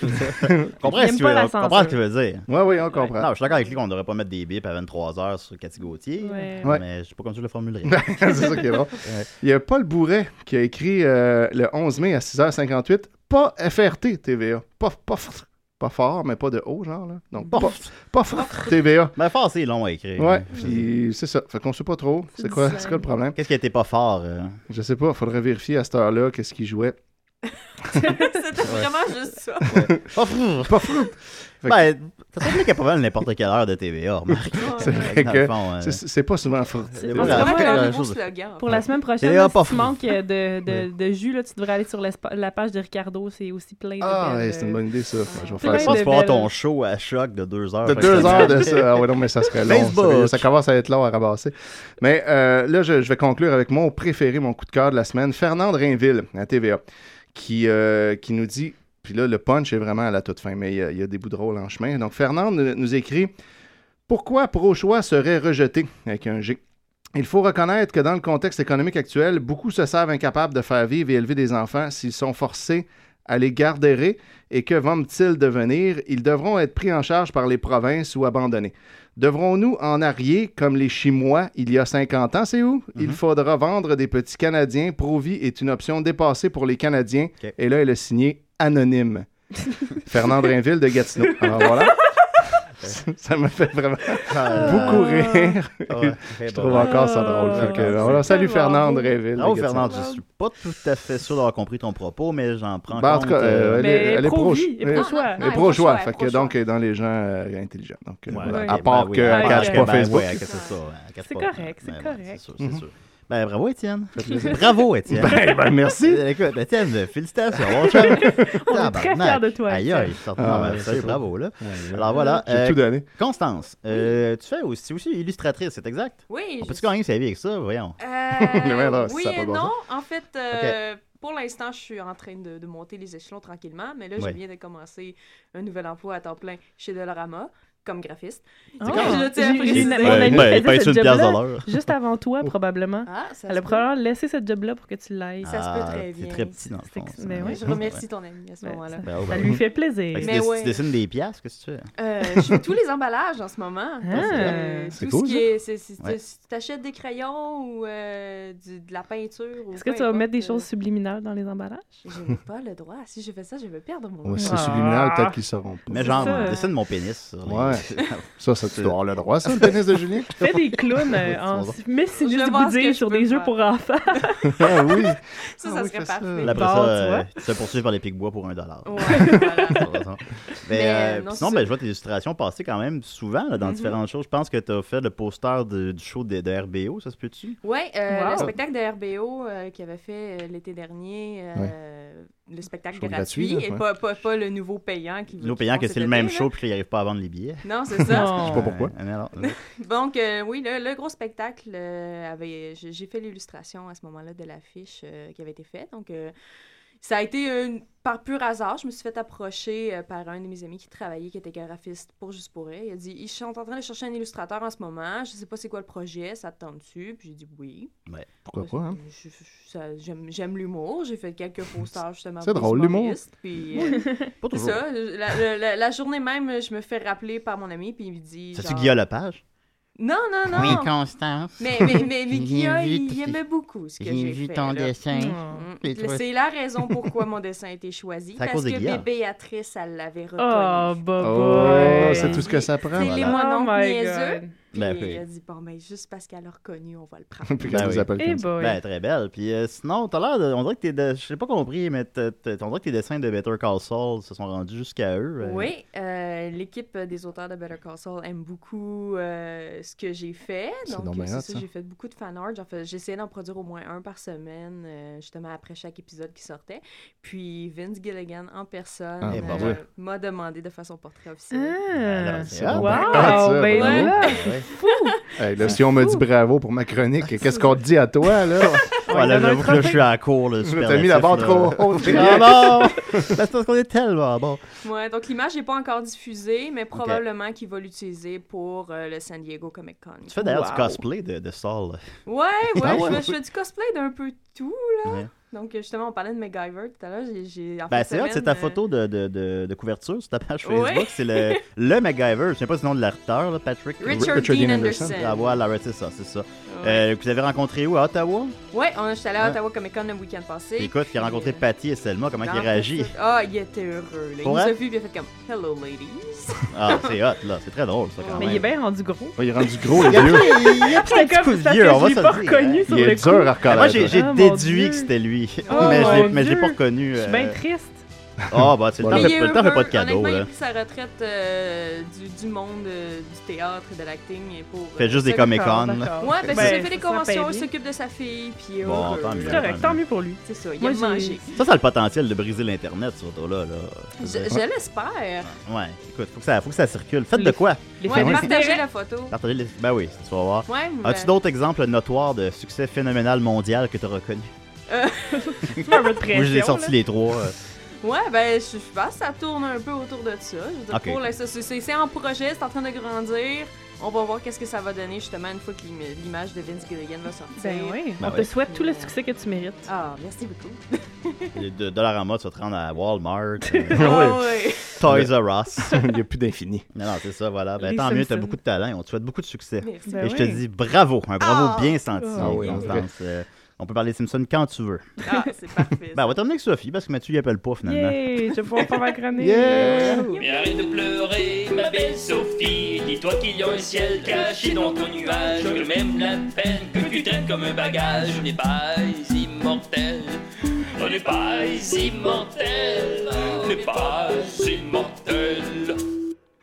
Je comprends ce J'aime que- pas la on comprend ce censure. qu'il veut dire. Oui, oui, on comprend. Non, je suis d'accord avec lui qu'on ne devrait pas mettre des bips à 23h sur Cathy Gauthier. Ouais. Ouais. Mais je sais pas comme tu le formulerais. (laughs) c'est ça qui est drôle. Il y a Paul Bourret qui a écrit euh, le 11 mai à 6h58, pas FRT TVA. Pas, pas, f- pas fort, mais pas de haut, genre. Là. Donc, pas, pas fort TVA. Mais fort, c'est long à écrire. Ouais, Hein. puis c'est ça. Fait qu'on sait pas trop. C'est quoi, c'est quoi le problème? Qu'est-ce qui était pas fort? euh? Je sais pas, faudrait vérifier à cette heure-là qu'est-ce qu'il jouait. C'était vraiment juste ça. Pas fou! Pas fou! Fait que- Ben, ça s'applique à pas mal n'importe quelle heure de TVA, remarque. (laughs) (laughs) C'est Ouais. vrai Dans le que fond, euh, c'est- c'est pas souvent fort. c'est C'est pas la- vraiment la- leur la nouveau chose. slogan. Pour la semaine prochaine, Télé là, pas si tu fou. manques euh, de, de, de jus, là, tu devrais aller sur l'espa- la page de Ricardo. C'est aussi plein de. Ah, belles, ouais, c'est une euh, bonne idée, ça. Faut- Je vais faire Je plein pense ça. que tu de vas avoir belles- ton show à choc de deux heures. De Fait que deux ça- heures de (laughs) ça. Ah ouais, non, mais ça serait long. Facebook. sérieux. Ça commence à être long à rabasser. Mais euh, là, je, je vais conclure avec mon préféré, mon coup de cœur de la semaine, Fernand Rainville, à TVA, qui, euh, qui nous dit, puis là, le punch est vraiment à la toute fin, mais il y a, il y a des bouts de drôles en chemin. Donc, Fernande nous nous écrit Pourquoi pro-choix serait rejeté avec un G il faut reconnaître que dans le contexte économique actuel, beaucoup se savent incapables de faire vivre et élever des enfants s'ils sont forcés à les garderer et que vont-ils devenir? Ils devront être pris en charge par les provinces ou abandonnés. Devrons-nous en arrier comme les Chinois il y a 50 ans, c'est où? Mhm. Il faudra vendre des petits Canadiens. Provi est une option dépassée pour les Canadiens. Ok. Et là, elle a signé (laughs) anonyme. Fernand Drainville de Gatineau. Alors voilà. Ça me fait vraiment Ah. beaucoup rire. Je trouve encore ça drôle. Fait que, Ouais, voilà. c'est Salut tellement Fernand beau. Drainville. Non, de Gatineau. Ah, Fernand, je suis pas tout à fait sûr d'avoir compris ton propos, mais j'en prends Ben, en compte. tout cas, euh, euh, elle, Mais est, Ah, elle est pro-vie, pro- et elle- pro-choix. elle est pro-choix, Ouais, pro-choix, fait que pro-choix. donc elle est dans les gens euh, intelligents. Donc, euh, ouais, voilà. ok, À ben part oui, qu'elle ben, ne cache ok, pas ben, Facebook. ouais, ok, c'est ça, ouais, elle cache C'est pas. correct, c'est Ben, ouais, correct. sûr, Mhm. (laughs) c'est sûr. Ben, bravo, Étienne. Faites plaisir. Bravo, Étienne. (laughs) Ben, ben, merci. Eh, Écoute, ben, tiens, euh, félicitations, (laughs) mon chum. On est Tabarnak. très fiers de toi. Aïe, aïe, sortez- Ah, non, ben, ouais, sérieux, c'est bravo, là. Alors voilà, J'ai euh, tout donné. Constance, euh, tu fais aussi, aussi illustratrice, c'est exact? Oui. On je- peut-tu gagner sa vie avec ça, voyons? (laughs) Euh, Mais là, ça oui a pas et de bon non. En fait, euh, pour l'instant, je suis en train de, de monter les échelons tranquillement, mais là, je Ouais. viens de commencer un nouvel emploi à temps plein chez Dolorama comme graphiste. Ah. C'est comme- je tiens à J'ai- j'ai une- préciser. mon Ben, amie ben, il faisait pèse ce une pièce job-là à l'heure. Juste avant Oh. toi, probablement. Ah, ça Elle se a peut. probablement laissé ce job-là pour que tu l'ailles. Ça se peut très Ah, bien. C'est très petit, dans le C'est fond. que- ça. mais oui. Je remercie ton ami à ce Ouais, moment-là. ça- Ben, oh, Ça ben, lui oui. fait Fait que plaisir. Mais tu, dess- ouais. tu dessines des pièces, qu'est-ce que tu fais? Euh, je fais tous les emballages en ce moment. Ah. Euh, C'est tout cool, ce qui ça. est, c'est- c'est- Ouais. Si tu achètes des crayons ou euh, du- de la peinture. ou Est-ce que peu tu vas importe, mettre des euh, choses subliminales dans les emballages? Je n'ai pas le droit. Si je fais ça, je vais perdre mon Ouais, nom. c'est Ah. subliminal, peut-être qu'ils sauront pas. Mais genre, ça. dessine mon pénis. Sur les- Ouais. Ça, ça, tu dois avoir le droit, (laughs) ça, le pénis de Julien. Fais des clowns euh, Tu en vas Je vais messinus voir ce que boudin je sur peux des jeux faire. pour enfants. (laughs) ah oui. Ça, Ah ça oui, fais serait ça. parfait. Puis (laughs) Après Bon, ça, tu euh, vois. tu te fais poursuivre par les pics bois pour un dollar. Ouais, voilà. T'as raison. Mais, Mais, euh, non, sinon, c'est- ben, je vois tes illustrations passer quand même souvent là, dans Mhm. différentes choses. Je pense que tu as fait le poster de- du show de, de RBO, ça se peut-tu? (laughs) Ouais, euh, Wow. le spectacle de RBO euh, qu'il avait fait euh, l'été dernier, euh, le spectacle Show gratuit, gratuit, là, et ouais. pas, pas, pas le nouveau payant qui Nous, payant qui que font c'est cet le même été, là. show puis qu'ils n'arrivent pas à vendre les billets. (laughs) Non, c'est ça. Non. Je sais pas pourquoi. Euh, alors, Donc, euh, oui, le, le gros spectacle, euh, avait, j'ai j'ai fait l'illustration à ce moment-là de l'affiche euh, qui avait été faite. Donc, euh, ça a été euh, une- par pur hasard. Je me suis fait approcher euh, par un de mes amis qui travaillait, qui était graphiste pour Juste pour elle. Il a dit Ils sont en train de chercher un illustrateur en ce moment. Je sais pas c'est quoi le projet, ça te tente-tu Puis j'ai dit Oui. Pourquoi pas, hein? Je- je- ça- J'aime j'aime l'humour. J'ai (laughs) fait quelques posters justement. C'est pour les drôle, l'humour. humoristes, Puis. euh, (laughs) pas c'est toujours. ça, la, la- la journée même, je me fais rappeler par mon ami, puis il me dit. C'est-tu genre, Guillaume Lepage? Non, non, non. Constance. (laughs) Mais, mais, mais, mais J'ai Kia, vu il t- aimait beaucoup ce que j'ai fait. là. dessin. Mm. Et toi- C'est la (laughs) raison pourquoi mon dessin a été choisi. C'est à Parce cause de que Guilla. Béatrice, elle l'avait Oh, reconnu. Oh, Bobo. c'est tout ce que ça prend. C'est voilà. les mononcles Oh my niaiseux. god. Puis Oh Ben, elle a oui. dit, bon, mais juste parce qu'elle l'a reconnu, on va le prendre. hein, Puis Ben qu'elle nous oui. appelle Eh comme ça. boy. Ben, très belle. Puis euh, sinon, tout à l'heure, de- on dirait que tes. de- Je sais pas compris, mais t'as- t'as- on dirait que tes dessins de Better Call Saul se sont rendus jusqu'à eux. euh. Oui, euh, l'équipe des auteurs de Better Call Saul aime beaucoup euh, ce que j'ai fait. C'est Donc, donc bien c'est hot, ça, ça. j'ai fait beaucoup de fan art. J'en fais- J'essayais d'en produire au moins un par semaine, euh, justement après chaque épisode qui sortait. Puis Vince Gilligan en personne Ah, bah euh, ouais. m'a demandé de façon portrait officiel. Ah. Alors, c'est Ah, hot. Wow, ben, ah, ça, ben bravo. là, Ouais. (laughs) Ouais. Hey, là, si on me dit bravo pour ma chronique, Ah, qu'est-ce qu'on te dit à toi, (laughs) là? Ouais, là, donne un j'avoue que là, trophée. je suis à court. Là, T'as mis la barre trop (laughs) haute. Ah (laughs) non! Parce qu'on est tellement bon. Ouais, donc l'image n'est pas encore diffusée, mais probablement qu'il va l'utiliser pour euh, le San Diego Comic Con. Tu fais d'ailleurs du Wow. cosplay de, de Saul. là. Ouais, ouais, Ah ouais? je, fais, je fais du cosplay d'un peu tout, là. Ouais. Donc, justement, on parlait de MacGyver tout à l'heure. j'ai- j'ai- en fin Ben, de c'est hot, c'est semaine, ta euh, photo de, de, de, de couverture sur ta page Ouais. Facebook. C'est (laughs) le, le MacGyver. Je sais pas le nom de l'acteur, là, Patrick. Richard, Richard Dean Dean Anderson. Ah, voilà, ouais, c'est ça, c'est ça. Ouais. Euh, que vous avez rencontré où? À Ottawa? Ouais, on j'étais allé à Ouais. Ottawa Comic Con le week-end passé. Écoute, qui a rencontré Pat. Patty et Selma, comment il réagit. Ah, il était heureux. Là. Il Pour nous a elle? vu et il a fait comme Hello ladies. Ah, c'est hot, là. C'est très drôle, ça, quand mais même. il est bien rendu gros. Il est rendu gros et Il y a- vieux. il y a C'est peut-être un petit coup comme de ça vieux, on que va je l'ai se pas le dire. reconnu (laughs) sur Il le est dur coup. à Ben, Moi, reconnaître. j'ai j'ai Ah, mon déduit Dieu. que c'était lui, Oh, (laughs) mais je l'ai- mon mais je l'ai Dieu. pas reconnu. Je suis bien triste. Oh, bah, tu sais, le temps Mais fait- il est le temps fait pas heureux. de cadeau, euh, Honnêtement, Il a là. pris sa retraite euh, du, du monde euh, du théâtre et de l'acting et pour. Fait euh, juste des s'occuper- Comic-Con. D'accord. Ouais, Ben, ben, s'il a fait des ça sera conventions, il payé. s'occupe de sa fille, puis il est Bon, heureux. tant mieux. C'est correct, tant mieux pour lui. C'est ça, il Moi, a j'ai- mangé. Ça, ça a le potentiel de briser l'Internet, ce auto-là. Là. Je, je l'espère. Ouais, écoute, faut que ça, faut que ça circule. Faites Les- de quoi? Les Ouais, familles- partagez la photo. Partagez les... Ben oui, tu vas voir. Ouais, ben, As-tu d'autres exemples notoires de succès phénoménal mondial que t'as reconnu? Tu mets un peu de pression. Moi, je l'ai là. sorti les trois. euh, Ouais, ben, je je pense que ça tourne un peu autour de ça. Je veux dire, Ok. pour l'instant, c'est- c'est c'est en projet, c'est en train de grandir. On va voir qu'est-ce que ça va donner justement une fois que l'im- l'image de Vince Gilligan va sortir. Ben oui. Ben On ouais. te souhaite tout le succès que tu mérites. Ah, merci (laughs) beaucoup. de de Dollarama, tu vas te rendre (laughs) à Walmart, euh, Ah, ouais. (laughs) Toys R Us. (laughs) Il n'y a plus (laughs) d'infini. Non, non, c'est ça, voilà. Ben, Les tant mieux, t'as Simpsons. beaucoup de talent. On te souhaite beaucoup de succès. Merci. Ben Et je te oui. dis bravo, un Ah. bravo bien senti, Ah oui, on Constance. Euh, on peut parler de Simpson quand tu veux. Ah, c'est parfait. (laughs) Ben, on va terminer avec Sophie, parce que Mathieu, il appelle pas finalement. Yay, je vais pouvoir faire ma chronique. Yeah! Mais arrête de pleurer, ma belle Sophie. Dis-toi qu'il y a un ciel caché dans ton nuage. Que même la peine que tu traînes comme un bagage n'est pas immortel. On n'est pas immortel. On n'est pas immortel.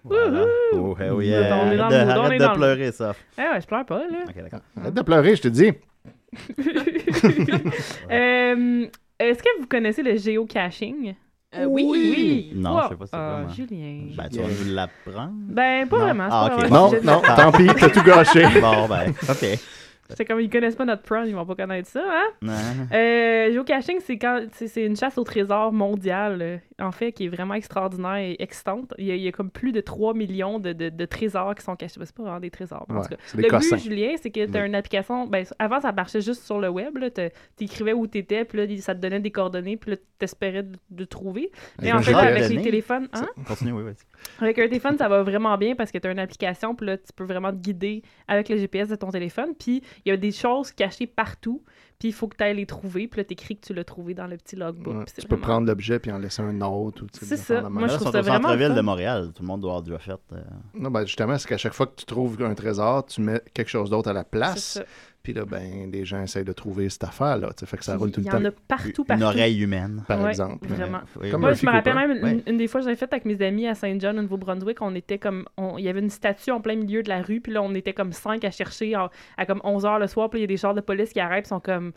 Voilà. Oh, hell yeah. On est dans le mood, Arrête de, on est arrête dans de le- pleurer, ça. Ah ouais, je pleure pas, là. Ok, (laughs) d'accord. Arrête de pleurer, je te dis. Euh, Est-ce que vous connaissez le géocaching? Euh, oui. Non, Oh, je sais pas c'est quoi, ah, moi. Julien. Ben, tu vas (laughs) nous l'apprendre. Ben, pas Non. vraiment. c'est Ah, pas ok. vraiment. Non, Je- non, tant pis, t'as tout gâché. Bon, ben, OK. J'étais comme, ils connaissent pas notre prom, ils vont pas connaître ça, hein? Non. Euh, géocaching, c'est quand c'est c'est une chasse au trésor mondiale, euh, en fait, qui est vraiment extraordinaire et excitante. Il y a, il y a comme plus de 3 millions de, de- de trésors qui sont cachés. Ben, C'est pas vraiment des trésors, mais en Ouais, tout cas. c'est des Le cossins. but, Julien, c'est que t'as une application. Ben, avant, ça marchait juste sur le web. là. T'as- T'écrivais où t'étais, puis là, ça te donnait des coordonnées, puis là, t'espérais de, de trouver. Mais un en fait, GPS. avec les Données. téléphones. Hein? Continue, oui, vas-y. Avec un téléphone, ça va vraiment bien parce que tu as une application, puis là, tu peux vraiment te guider avec le GPS de ton téléphone. Puis il y a des choses cachées partout, puis il faut que tu ailles les trouver, puis là, tu écris que tu l'as trouvé dans le petit logbook. Ouais, puis c'est tu peux vraiment- prendre l'objet puis en laisser un autre. ou tu sais, C'est des affaires ça. de même. Moi, je Là, ils trouve sont ça au vraiment centre-ville fun. de Montréal. Tout le monde doit avoir déjà fait. euh, Non, ben justement, c'est qu'à chaque fois que tu trouves un trésor, tu mets quelque chose d'autre à la C'est place. ça. Puis là, ben, les gens essayent de trouver cette affaire-là. tu sais, Fait que ça roule tout Il le y en temps, a partout, une partout. oreille humaine. par Ouais, exemple. Mais- Vraiment. Oui, Comme Moi, un- oui. Murphy je me rappelle Cooper. même une, Ouais. une des fois que j'avais faite avec mes amis à Saint-John, au Nouveau-Brunswick, on était comme. on- Il y avait une statue en plein milieu de la rue, puis là, on était comme cinq à chercher à, à comme 11 h le soir, puis il y a des chars de police qui arrivent, puis sont comme.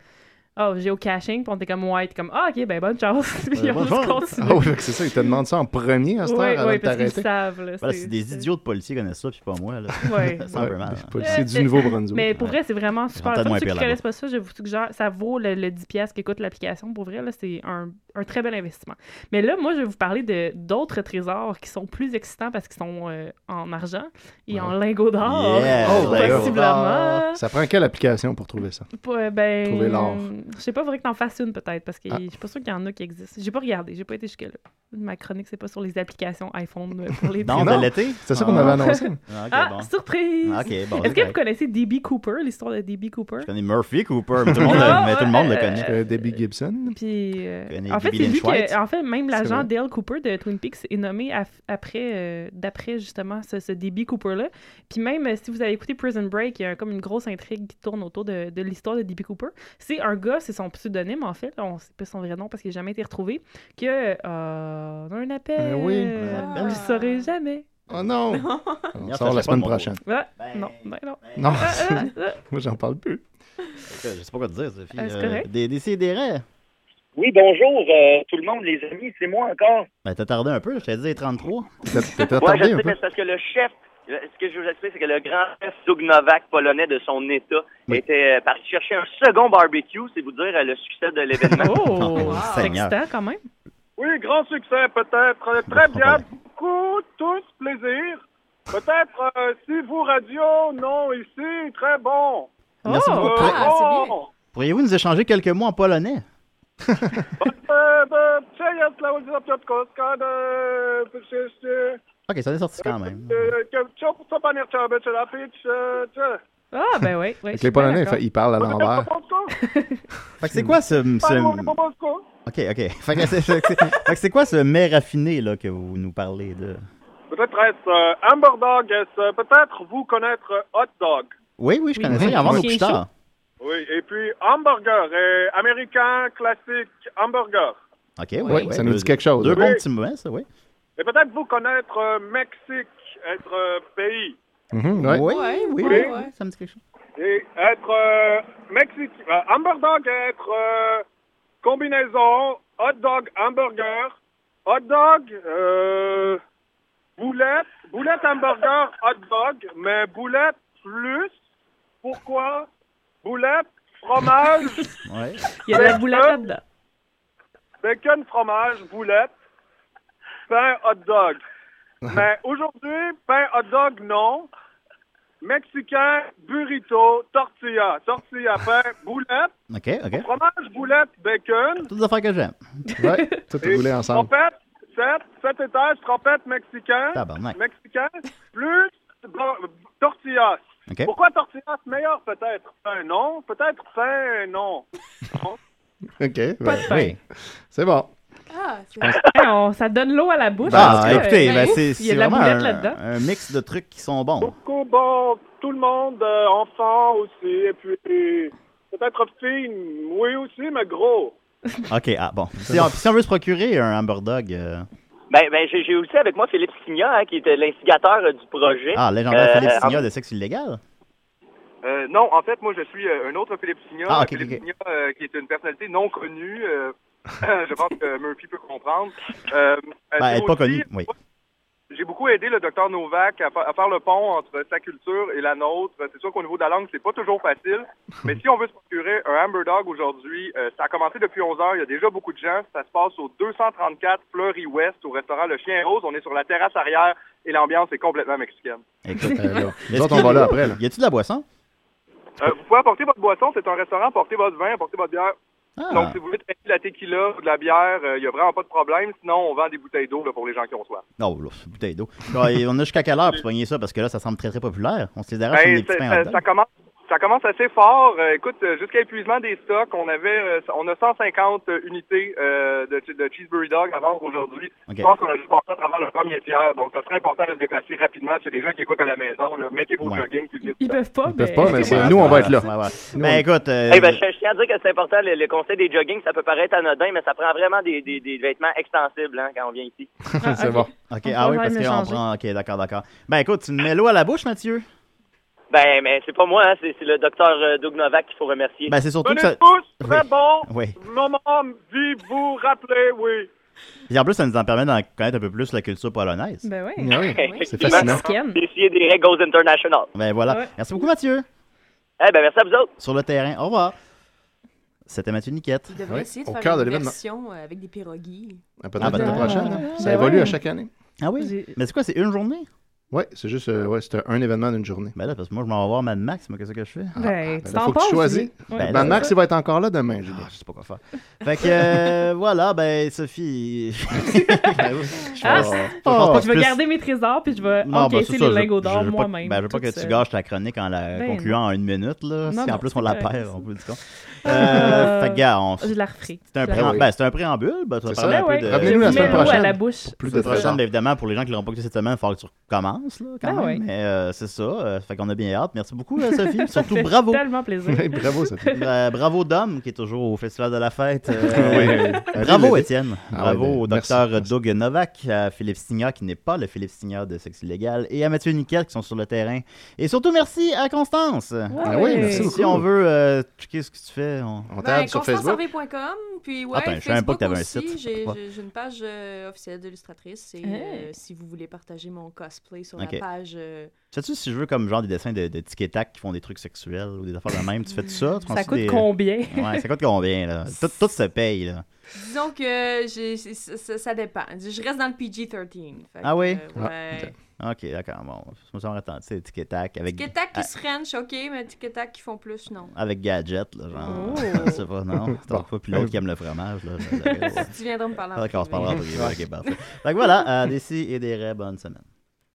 Oh, géocaching, puis on était comme ouais, t'es comme ah, ok, ben bonne chance. (laughs) Puis ils ont bonne juste chance. continué. Ah oui, fait que c'est ça, ils te demandent ça en premier à cette Ouais, heure avant ouais, de parce qu'ils t'arrêter. savent. Là, Voilà, c'est- c'est des c'est- idiots de policiers qui connaissent ça, puis pas moi. là. (laughs) Ouais. Ça me fait mal. les policiers Euh, du Nouveau-Brunswick. Mais pour vrai, c'est vraiment super. peut-être le fun. moins Ceux qui pire ne là-bas. connaissent pas ça, je vous suggère, ça vaut le, le 10$ piastres qu'écoute l'application. Pour vrai, là, c'est un, un très bel investissement. Mais là, moi, je vais vous parler de d'autres trésors qui sont plus excitants parce qu'ils sont euh, en argent et en lingots d'or. Yeah, Oh, lingots possiblement. Ça prend quelle application pour trouver ça? Pas- ben, Trouver l'or. Je sais pas, faudrait que t'en fasses une peut-être parce que Ah. je suis pas sûre qu'il y en a qui existent. J'ai pas regardé, j'ai pas été jusque-là. Ma chronique, c'est pas sur les applications iPhone euh, pour les Donc, Non. de l'été? C'est Oh. ça qu'on avait (laughs) annoncé? Ah, OK, Ah, bon. surprise! Ah, OK, bon. Est-ce que c'est vous correct. connaissez D.B. Cooper, l'histoire de D.B. Cooper? Je connais Murphy Cooper, mais tout le monde, Ah, mais tout le, monde le ouais, connaît. Euh, Debbie Gibson? (laughs) Puis, euh, connais en fait, Bibi c'est lui Lynch-White. que, en fait, même C'est l'agent vrai. Dale Cooper de Twin Peaks est nommé af- après, euh, d'après justement ce, ce DB Cooper-là. Puis même euh, si vous avez écouté Prison Break, il y a comme une grosse intrigue qui tourne autour de, de l'histoire de DB Cooper. C'est un gars, c'est son pseudonyme en fait, là, on sait pas son vrai nom parce qu'il n'a jamais été retrouvé, que euh, on a un appel, Ben oui. Ah. vous le saurez jamais. Oh non! On Merde, sort ça, la j'ai pas de semaine mon prochaine. Ah, Ben, non, ben (laughs) non. Non, Ah, ah, ah. (laughs) moi j'en parle plus. Je sais pas quoi te dire, Sophie. Ah, c'est Euh, correct. des, des sidérés. Oui, bonjour euh, tout le monde, les amis, c'est moi encore. Ben, t'as tardé un peu, je t'ai dit les 33. T'as- T'étais Moi, je attardé sais, un mais peu? c'est parce que le chef, euh, ce que je vous explique, c'est que le grand chef Dugnovac polonais de son État Oui. était euh, parti chercher un second barbecue, c'est vous dire euh, le succès (laughs) de l'événement. Oh, Oh, c'est Seigneur. excitant quand même. Oui, grand succès, peut-être. euh, Très bien, beaucoup, tous plaisir. Peut-être, euh, si vous radio, non, ici, très bon. Merci Oh. beaucoup. Euh, Pourri- Ah, c'est bien. bon. Pourriez-vous nous échanger quelques mots en polonais? Euh, ben, tiens, yes, la ulica Piotrkowska, de- c'est- c'est- Ok, ça en est sorti quand même. euh, que- tiens, pour ça, pas nerf, tiens, ben, tiens, la pitch, euh, tiens. Ah ben oui, oui. je Avec suis les bien Polonais, d'accord. ils parlent à Peut-être pas l'envers. Moscou, Fait que c'est quoi ce. pas loin ce... de Moscou. Ok, ok. (laughs) Fait que c'est- fait que c'est fait que c'est quoi ce mets raffiné là, que vous nous parlez de. Peut-être est-ce euh, Amber Dog, est-ce euh, peut-être vous connaître euh, Hot Dog. Oui, oui, je Oui, connais oui, ça. Avant oui. nos Chien couche tard. Oui, et puis hamburger, et américain classique hamburger. Ok, oui. Oui, ça nous dit quelque chose. Deux Oui. bons petits moments, ça, oui. Et peut-être vous connaître euh, Mexique, être euh, pays. Mhm, Oui, ouais. oui, Ouais, oui, ouais, oui, ouais. ça me dit quelque chose. Et être euh, Mexique, euh, Amber Dog, être euh, combinaison Hot Dog, hamburger, Hot Dog, euh, boulette, boulette, hamburger, Hot Dog, mais boulette plus. Pourquoi Boulette fromage, Ouais. (laughs) Il y a de la boulette là-dedans. bacon, fromage, boulette, pain, hot (laughs) dog. Mais aujourd'hui, pain, hot dog, non. Mexicain, burrito, tortilla. Tortilla, (laughs) pain, boulette, OK, OK. fromage, boulette, bacon, Toutes les affaires que j'aime. Ouais, (laughs) tout roulé ensemble. trompette, sept, sept étages, trompette mexicain, Tabarnak. mexicain, plus bon, tortilla. OK. Pourquoi tortilla c'est meilleur peut-être? Pain, non. Peut-être pain, non. OK, Pas ouais, de pain. Oui. c'est bon. Ah, c'est Hey, on- ça donne l'eau à la bouche. Ah, en tout cas, écoutez, euh, ben, ouf, c'est Il y a c'est de la vraiment boulette un, là-dedans. un mix de trucs qui sont bons. Beaucoup bon, tout le monde, euh, enfant aussi, et puis peut-être fille, oui aussi, mais gros. OK, ah bon. Si on, si on veut se procurer un hamburger, euh, Ben, ben j'ai j'ai aussi avec moi Philippe Signa, hein, qui était l'instigateur euh, du projet. ah, légendaire Euh, Philippe en- Signa de sexe illégal? Euh, non, en fait, moi, je suis euh, un autre Philippe Signa. Ah, ok, Philippe ok. Signa, euh, qui est une personnalité non connue. euh, (laughs) je pense que Murphy peut comprendre. Euh, Ben, euh, elle est pas aussi, connue, oui. J'ai beaucoup aidé le docteur Novak à, fa- à faire le pont entre sa culture et la nôtre. C'est sûr qu'au niveau de la langue, c'est pas toujours (laughs) facile. mais si on veut se procurer un Amber Dog aujourd'hui, euh, ça a commencé depuis 11 heures. Il y a déjà beaucoup de gens. Ça se passe au 234 Fleury West, au restaurant Le Chien Rose. On est sur la terrasse arrière et l'ambiance est complètement mexicaine. (laughs) Écoute, Euh, là, est-ce nous autres, qu'il y on a- va là après. Là. Y a-tu de la boisson? Euh, vous pouvez apporter votre boisson. C'est un restaurant. Portez votre vin, portez votre bière. Donc, Ah, si vous voulez traiter de la tequila ou de la bière, il n'y a vraiment pas de problème. Sinon, on vend des bouteilles d'eau là, pour les gens qui ont soif. non, oh, là, c'est une bouteille d'eau. Ah, et On a jusqu'à quelle heure pour se pogner ça? Parce que là, ça semble très, très populaire. On se les arrache comme Ben, des petits c'est- pains ça, hot ça dog. commence, ça commence assez fort. Euh, écoute, euh, jusqu'à épuisement des stocks, on avait, euh, on a 150 unités euh, de, che- de cheeseburger dog à vendre aujourd'hui. Ok. Je pense qu'on a juste passé à travers le premier tiers. Donc, ça serait important de se déplacer rapidement. C'est des gens qui écoutent à la maison. là. Mettez vos Ouais. jogging. puis vite. Ils peuvent pas. ben, Ils peuvent pas, mais c'est- Ouais, nous, on va ouais, être là. ouais, ouais. Nous, Ben, écoute, euh, Eh ben, je, je tiens à dire que c'est important, le, le conseil des joggings, ça peut paraître anodin, mais ça prend vraiment des, des, des vêtements extensibles hein, quand on vient ici. c'est bon. OK, On ah oui, va parce même qu'on changer. prend... OK, d'accord, d'accord. Ben, écoute, tu me mets l'eau à la bouche, Mathieu? Ben, mais c'est pas moi, hein, c'est c'est le docteur euh, Doug Novak qu'il faut remercier. Ben, c'est surtout Venez que ça... tous, très Oui. bon. Oui. Maman dit vous rappeler, oui. Et en plus, ça nous en permet d'en connaître un peu plus la culture polonaise. Ben oui. Ah (laughs) oui, Oui. c'est Et fascinant. mexicaine. D'essayer des Regos International. Ben, voilà. Ouais. Merci beaucoup, Mathieu. Eh ben, merci à vous autres. Sur le terrain. Au revoir. C'était Mathieu Niquette. Tu devrais Oui, essayer au de cœur faire de une l'événement. version euh, avec des pirogues. Ah, Ah, Peut-être ben, l'année ah, prochaine. hein. ah, Ça ben évolue ouais. à chaque année. Ah oui? J'ai- Mais c'est quoi, c'est une journée? Ouais, c'est juste euh, ouais, c'est un- un événement d'une journée. Ben là, parce que moi, je m'en vais voir Mad Max, moi, qu'est-ce que je fais? (laughs) Ben, ben tu là, t'en faut que passes. tu choisisses. oui. Ben, Ouais. Ben, Max, il va être encore là demain, Ah, Julien. je sais pas quoi faire. Fait que, (laughs) euh, voilà, ben, Sophie. (laughs) ben je Ah, pense- je pense pas Oh, que je vais puisse- garder mes trésors puis je vais Non, ben, encaisser c'est ça, les je- lingots je d'or veux pas- moi-même. Ben, je veux pas toute que tu seule. gâches ta chronique en la Ben, concluant en une minute, là. Non, si en non, plus c'est on la correct, perd, ça. on peut dire con. Euh, Fait que, gars, on. Je la referai. C'était un, Je la préam- oui. ben, c'était un préambule, ben, tu vas C'est parler ça. un peu Ben de... ouais, Revenez-nous la je semaine mets l'eau à prochaine. la Plus de bouche. La semaine prochaine, trésors. mais évidemment, pour les gens qui ne l'auront pas écouté cette semaine, il va falloir que tu recommences. Là, quand Ben même. oui. Mais euh, c'est ça. euh, fait qu'on a bien hâte. Merci beaucoup, euh, (laughs) Sophie. Ça Surtout fait bravo. tellement (laughs) plaisir. Hey, (laughs) Bravo, ça fait. Bra- bravo Dom, qui est toujours au Festival de la Fête. Euh, (laughs) Ouais. Bravo, Allez, Étienne. Ah Bravo ouais, ben, au merci, docteur merci. Doug Novak, à Philippe Signa, qui n'est pas le Philippe Signa de Sexe Illégal, et à Mathieu Niquette, qui sont sur le terrain. Et surtout, merci à Constance. Ah oui, merci Si beaucoup. on veut euh, checker ce que tu fais, on... On Ben, t'aide sur Facebook. constancehervé.com, puis ouais, Attends, je savais même pas Facebook que t'avais un aussi, site. J'ai Ouais. j'ai- j'ai une page euh, officielle d'illustratrice. Et euh, si vous voulez partager mon cosplay sur Ok. la page, euh, Sais-tu si je veux comme genre des dessins de, de tic et tac qui font des trucs sexuels ou des affaires de même, tu fais tout ça? Tu prends-tu Ça coûte des- combien? Ouais, ça coûte combien, là? Tout, tout se paye, là. disons que j'ai- c'est- ça, ça- ça dépend. Je reste dans le PG-13. fait que, Ah oui? euh, ouais. Ah, ok. OK, d'accord, bon. Je me suis attendu, c'est tic et tac avec, Tic-tac qui à- se French, ok, mais tic-tac qui font plus, non. avec gadget, là, genre. Oh. (laughs) Je sais pas, non? T'en Bon. pas, puis l'autre qui aime le fromage, là. je- (laughs) je- Tu viendras me parler. en Faudrait qu'on Ah, se privé. parlera en privé. OK, parfait. Fait que voilà, à d'ici euh, et des raies, bonne semaine.